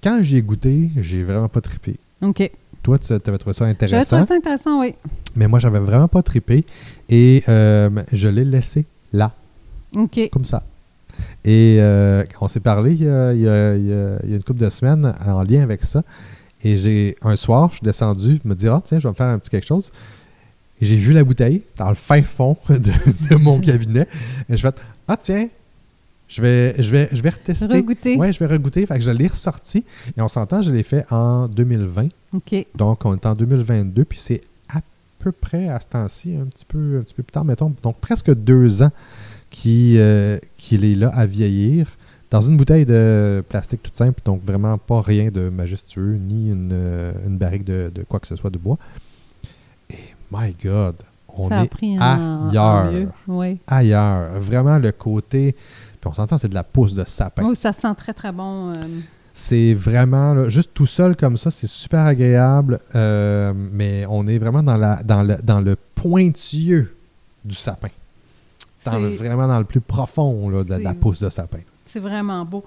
Quand j'ai goûté, j'ai vraiment pas trippé. OK. Toi, tu avais trouvé ça J'avais intéressant. trouvé ça intéressant, oui. Mais moi, j'avais vraiment pas trippé et euh, je l'ai laissé là, OK. comme ça. Et euh, on s'est parlé il y, a, il y a- il y a- il y a une couple de semaines en lien avec ça. Et j'ai un soir, je suis descendu, je me dis, ah tiens, je vais me faire un petit quelque chose. Et j'ai vu la bouteille dans le fin fond de, de mon cabinet. Et je fais, ah tiens, je vais, je vais, je vais retester. Regoûter. Ouais, je vais regoûter. Fait que je l'ai ressorti. Et on s'entend, je l'ai fait en 2020. OK. Donc, on est en 2022, puis c'est à peu près à ce temps-ci, un petit peu, un petit peu plus tard, mettons, donc presque deux ans qui, euh, qu'il est là à vieillir dans une bouteille de plastique toute simple, donc vraiment pas rien de majestueux, ni une, euh, une barrique de, de quoi que ce soit de bois. Et my God, on ça a est pris un ailleurs. Oui. ailleurs. Vraiment le côté, puis on s'entend, c'est de la pousse de sapin. Oh, ça sent très, très bon. euh, C'est vraiment, là, juste tout seul comme ça, c'est super agréable, euh, mais on est vraiment dans, la, dans, le, dans le pointilleux du sapin. Dans le- c'est- vraiment dans le plus profond là, de, la- de la c'est- pousse de sapin. C'est vraiment beau.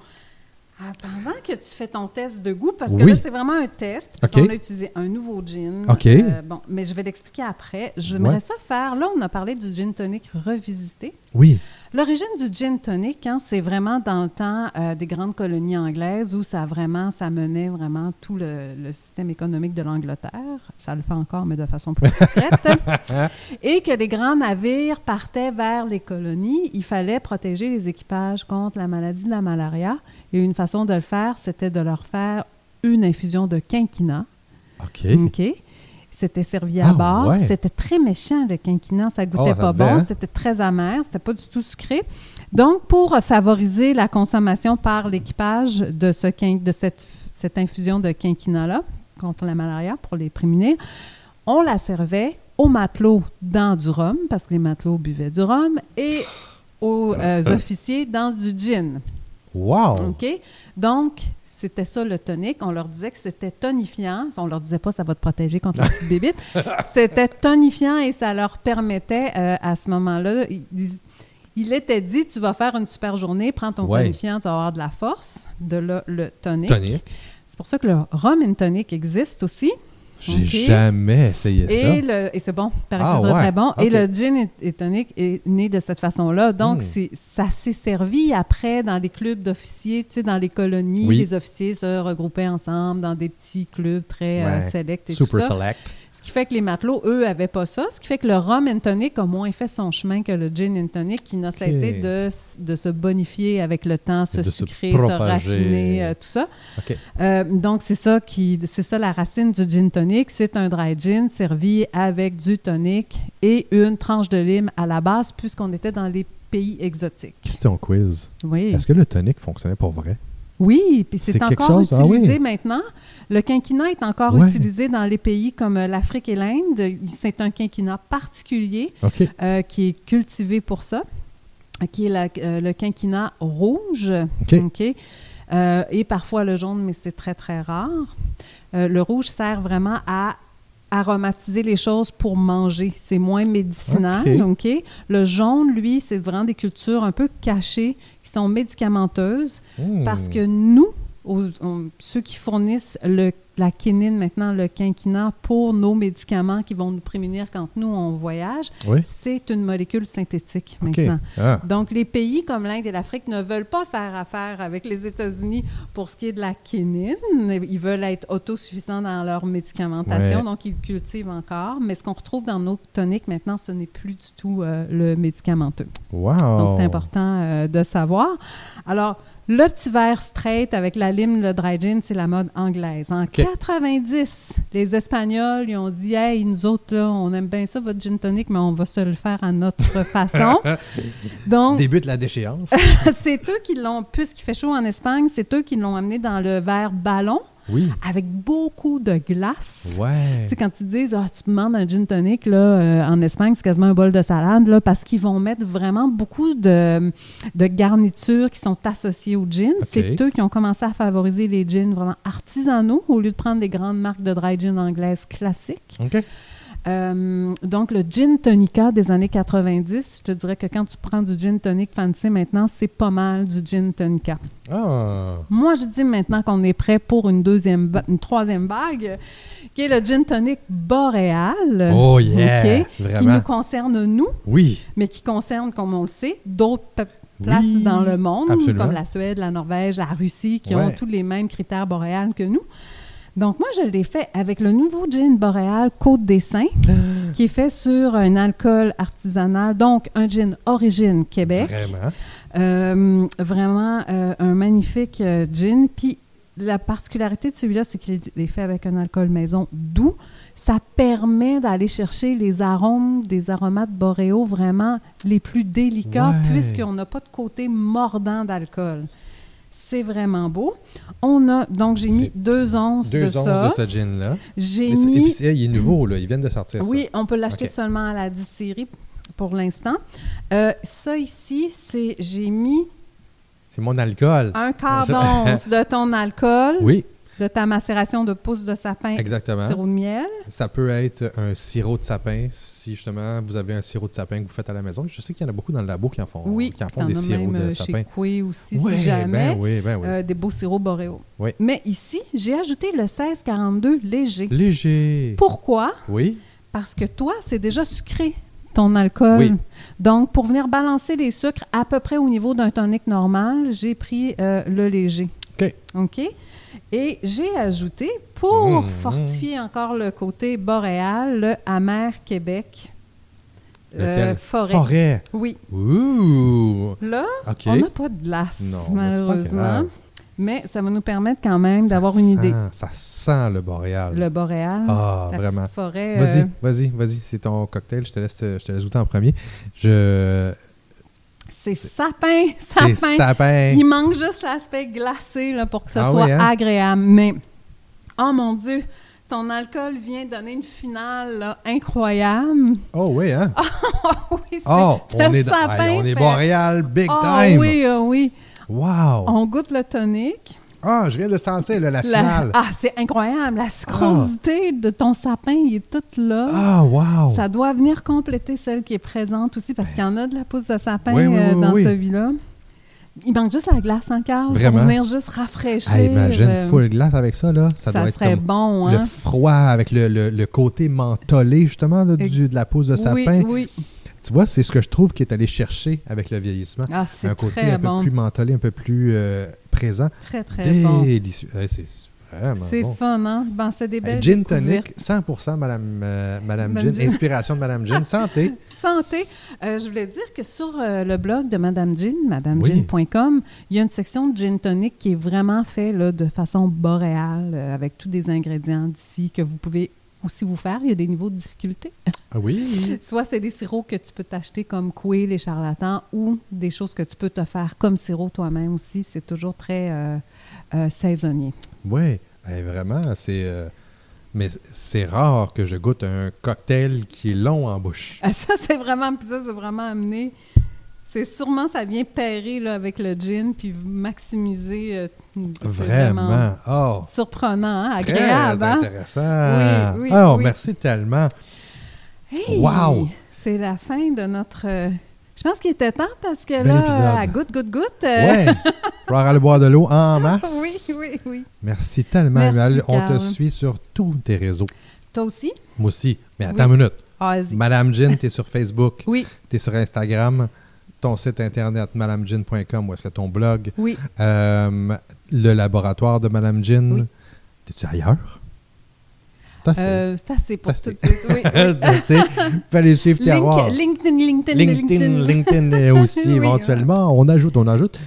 Ah, pendant que tu fais ton test de goût, parce que Oui. là, c'est vraiment un test. parce OK. qu'on a utilisé un nouveau gin. euh, OK. bon, mais je vais l'expliquer après. J'aimerais Ouais. ça faire. Là, on a parlé du gin tonic revisité. Oui. L'origine du gin tonic, hein, c'est vraiment dans le temps euh, des grandes colonies anglaises où ça vraiment, ça menait vraiment tout le, le système économique de l'Angleterre. Ça le fait encore, mais de façon plus discrète. Et que les grands navires partaient vers les colonies, il fallait protéger les équipages contre la maladie de la malaria. Et une façon de le faire, c'était de leur faire une infusion de quinquina. OK. OK. C'était servi à Ah, bord. ouais. C'était très méchant, le quinquinan. Ça goûtait Ah, ça pas devait, bon. hein? C'était très amer. C'était pas du tout sucré. Donc, pour euh, favoriser la consommation par l'équipage de, ce quin- de cette, f- cette infusion de quinquina-là, contre la malaria, pour les prémunir, on la servait aux matelots dans du rhum, parce que les matelots buvaient du rhum, et aux Ah. euh, officiers dans du gin. Wow. OK? Donc, c'était ça le tonique. On leur disait que c'était tonifiant. On leur disait pas ça va te protéger contre la petite bébite. c'était tonifiant et ça leur permettait euh, à ce moment-là. ils dis- Il était dit tu vas faire une super journée, prends ton Ouais. tonifiant, tu vas avoir de la force. De là, le tonique. Tonique. C'est pour ça que le rum and tonic existe aussi. J'ai OK. jamais essayé ça. Et, le- et c'est bon, par Ah, exemple, ouais. très bon. Et OK. le gin et, et tonic est né de cette façon-là. Donc, Hmm. c'est- ça s'est servi après dans des clubs d'officiers, tu sais, dans les colonies. Oui. Les officiers se regroupaient ensemble dans des petits clubs très euh, Ouais. selects et tout Super ça. select. Ce qui fait que les matelots, eux, n'avaient pas ça. Ce qui fait que le rhum and tonic a moins fait son chemin que le gin and tonic qui n'a cessé de, s- de se bonifier avec le temps, se de se sucrer, se, propager. raffiner, euh, tout ça. OK. Euh, donc, c'est ça qui, c'est ça la racine du gin tonic. C'est un dry gin servi avec du tonic et une tranche de lime à la base, puisqu'on était dans les pays exotiques. Question quiz. Oui. Est-ce que le tonic fonctionnait pour vrai? Oui, puis c'est C'est quelque encore chose, ah oui. utilisé maintenant. Le quinquina est encore Ouais. utilisé dans les pays comme euh, l'Afrique et l'Inde. C'est un quinquina particulier OK. euh, qui est cultivé pour ça, qui est la- euh, le quinquina rouge. OK. OK. Euh, et parfois le jaune, mais c'est très, très rare. Euh, le rouge sert vraiment à aromatiser les choses pour manger. C'est moins médicinal, OK? Le jaune, lui, c'est vraiment des cultures un peu cachées qui sont médicamenteuses Hmm. parce que nous, aux- on- ceux qui fournissent le- la quinine maintenant, le quinquina, pour nos médicaments qui vont nous prémunir quand nous, on voyage, Oui. c'est une molécule synthétique OK. maintenant. Ah. Donc, les pays comme l'Inde et l'Afrique ne veulent pas faire affaire avec les États-Unis pour ce qui est de la quinine. Ils veulent être autosuffisants dans leur médicamentation, Ouais. donc ils cultivent encore. Mais ce qu'on retrouve dans nos toniques maintenant, ce n'est plus du tout euh, le médicamenteux. Wow. Donc, c'est important euh, de savoir. Alors, le petit verre straight avec la lime, le dry gin, c'est la mode anglaise. En 90, les Espagnols, ils ont dit « Hey, nous autres, là, on aime bien ça, votre gin tonic, mais on va se le faire à notre façon. » Donc, Début de la déchéance. c'est eux qui l'ont, puisqu'il fait chaud en Espagne, c'est eux qui l'ont amené dans le verre ballon oui. avec beaucoup de glace. Ouais. Tu sais, quand ils disent, Ah, tu te demandes un gin tonic, là, euh, en Espagne, c'est quasiment un bol de salade, là, parce qu'ils vont mettre vraiment beaucoup de, de garnitures qui sont associées au gin. C'est eux qui ont commencé à favoriser les gins vraiment artisanaux au lieu de prendre des grandes marques de dry gin anglaises classiques. OK. Euh, donc, le gin tonica des années 90, je te dirais que quand tu prends du gin tonic fancy maintenant, c'est pas mal du gin tonica. Ah. Moi, je dis maintenant qu'on est prêt pour une deuxième, ba- une troisième vague, qui est le gin tonic boréal. Oh yeah. Euh, OK, Qui Vraiment. nous concerne, nous, Oui. mais qui concerne, comme on le sait, d'autres pe- places Oui, dans le monde, absolument. comme la Suède, la Norvège, la Russie, qui ont Ouais. tous les mêmes critères boréales que nous. Donc, moi, je l'ai fait avec le nouveau gin boréal Côte des Saints, qui est fait sur un alcool artisanal, donc un gin origine Québec. Vraiment. Euh, vraiment euh, un magnifique euh, gin. Puis la particularité de celui-là, c'est qu'il est fait avec un alcool maison doux. Ça permet d'aller chercher les arômes des aromates boréaux vraiment les plus délicats, Ouais. puisqu'on n'a pas de côté mordant d'alcool. C'est vraiment beau. On a donc j'ai mis C'est deux onces Deux de onces ça. de ce gin-là. J'ai Mais c'est- Et mis puis, c'est- il est nouveau, là. Ils viennent de sortir ça. oui, on peut l'acheter OK. seulement à la distillerie pour l'instant. Euh, ça ici, c'est j'ai mis C'est mon alcool. Ah. un quart d'once de ton alcool Oui. de ta macération de pousses de sapin, Exactement. sirop de miel. Ça peut être un sirop de sapin si justement vous avez un sirop de sapin que vous faites à la maison. Je sais qu'il y en a beaucoup dans le labo qui en font, Oui, qui en t'en font des as sirops même, de euh, sapin. Chez Coué aussi, Ouais, si jamais. ben oui, ben oui. euh, des beaux sirops boréaux. Oui. Mais ici, j'ai ajouté le 1642 léger. Léger. Pourquoi? Oui. Parce que toi, c'est déjà sucré, ton alcool. Oui. Donc, pour venir balancer les sucres à peu près au niveau d'un tonic normal, j'ai pris euh, le léger. OK. OK? Et j'ai ajouté, pour Mmh. fortifier encore le côté boréal, le amer Québec. Lequel? Euh, forêt. Forêt. Oui. Ouh. Là, OK. on n'a pas de glace, Non, mais c'est pas malheureusement. grave. Mais ça va nous permettre quand même Ça d'avoir une sent- idée. Ça sent le boréal. Le boréal, Ah, la vraiment. petite forêt. euh, Vas-y, vas-y, vas-y. C'est ton cocktail. Je te laisse, je te laisse goûter en premier. Je... c'est sapin, C'est sapin. sapin. Il manque juste l'aspect glacé là, pour que ce Ah soit oui, hein? agréable. Mais, oh mon Dieu, ton alcool vient donner une finale là, incroyable. Oh oui, hein? Ah oui, c'est Oh, le on est, dans- sapin. Hey, on est fait- boréal big Ah time. oui, ah oui. Wow. On goûte le tonic. Ah, je viens de le sentir, là, la La- finale. ah, c'est incroyable. La sucrosité de ton sapin, il est toute là. Ah, wow. Ça doit venir compléter celle qui est présente aussi, parce qu'il y en a de la pousse de sapin Oui, oui, euh, oui, dans oui. celui-là. Il manque juste la glace en carte Vraiment. pour venir juste rafraîchir. Ah, imagine, euh, full glace avec ça, là. Ça, ça, doit être serait comme bon, le hein? froid avec le, le- le côté mentholé, justement, là, Et- du, de la pousse de oui, sapin. oui. Tu vois, c'est ce que je trouve qui est allé chercher avec le vieillissement. Ah, c'est Un côté très un bon. peu plus mentholé, un peu plus euh, présent. Très, très bon. Délicieux. Eh, c'est vraiment C'est bon. fun, hein? Ben, c'est des Eh, belles gin découvertes. tonic, 100% Madame, euh, Madame Madame Gin, Gin. inspiration de Madame Gin, santé. Santé. Euh, je voulais dire que sur euh, le blog de Madame Jean, Oui. madamegin.com, il y a une section de gin tonic qui est vraiment fait là, de façon boréale, euh, avec tous des ingrédients d'ici que vous pouvez aussi vous faire. Il y a des niveaux de difficulté. Ah oui, Soit c'est des sirops que tu peux t'acheter comme Coué, les charlatans, ou des choses que tu peux te faire comme sirop toi-même aussi. C'est toujours très euh, euh, saisonnier. oui, Eh, vraiment, c'est... euh, mais c'est rare que je goûte un cocktail qui est long en bouche. Ah, Ça, c'est vraiment, puis ça, c'est vraiment amené. C'est sûrement, ça vient pairer là, avec le gin, puis maximiser. euh, c'est Vraiment. Oh, surprenant, hein, très agréable. hein? intéressant. Oui, oui, oh, oui. merci tellement. Hey! Wow! C'est la fin de notre. euh, Je pense qu'il était temps parce que Bel là, épisode. à goutte, goutte, goutte. euh, Ouais, faut aller boire de l'eau en masse. oui, oui, oui. Merci tellement, Merci, Val. On te Carl. suit sur tous tes réseaux. Toi aussi? Moi aussi. Mais Oui. attends une minute. Ah, vas-y. Madame Gin, t'es sur Facebook, Oui, t'es sur Instagram, ton site internet madamegin.com, où est-ce que ton blog, oui. euh, le laboratoire de Madame Gin. Oui. T'es-tu ailleurs? T'as assez. Euh, c'est assez pour Assez. tout de suite. Oui, oui. T'as assez. Fallait suivre Link- Terroir. LinkedIn, LinkedIn, LinkedIn, LinkedIn euh, aussi, Oui, éventuellement. On ajoute, on ajoute.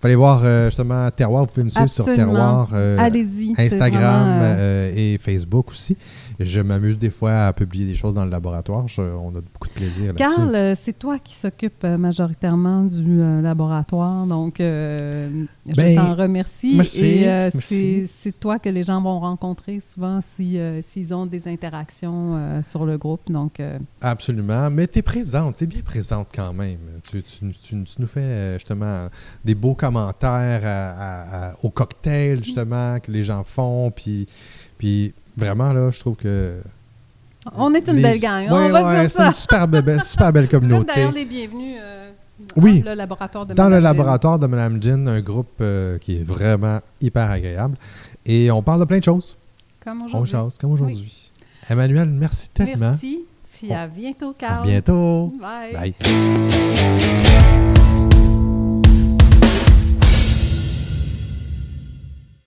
Fallait voir euh, justement Terroir. Vous pouvez me suivre sur Absolument. Terroir. euh, Allez-y. c'est Instagram vraiment, euh, euh, et Facebook aussi. Je m'amuse des fois à publier des choses dans le laboratoire. Je- on a beaucoup de plaisir là-dessus. Carl, euh, c'est toi qui s'occupe euh, majoritairement du euh, laboratoire, donc euh, Ben, je t'en remercie. merci, et euh, merci. c'est- c'est toi que les gens vont rencontrer souvent si, euh, s'ils ont des interactions euh, sur le groupe. Donc, euh, Absolument. Mais tu es présente, tu es bien présente quand même. Tu, tu- tu- tu nous fais euh, justement des beaux commentaires à- à- à- au cocktail, Mm-hmm. justement, que les gens font. Puis, puis vraiment, là, je trouve que. on est une les- belle gang, hein, Ouais, on va ouais, dire c'est ça. une super belle, super belle Vous êtes communauté. d'ailleurs les bienvenus euh, dans Oui. le laboratoire de Dans le Madame Gilles. laboratoire de Madame Jean, un groupe euh, qui est vraiment hyper agréable. Et on parle de plein de choses. Comme On aujourd'hui. jase, comme aujourd'hui. Emmanuel, merci tellement. Merci, puis à bientôt, Carl. À bientôt. Bye. Bye.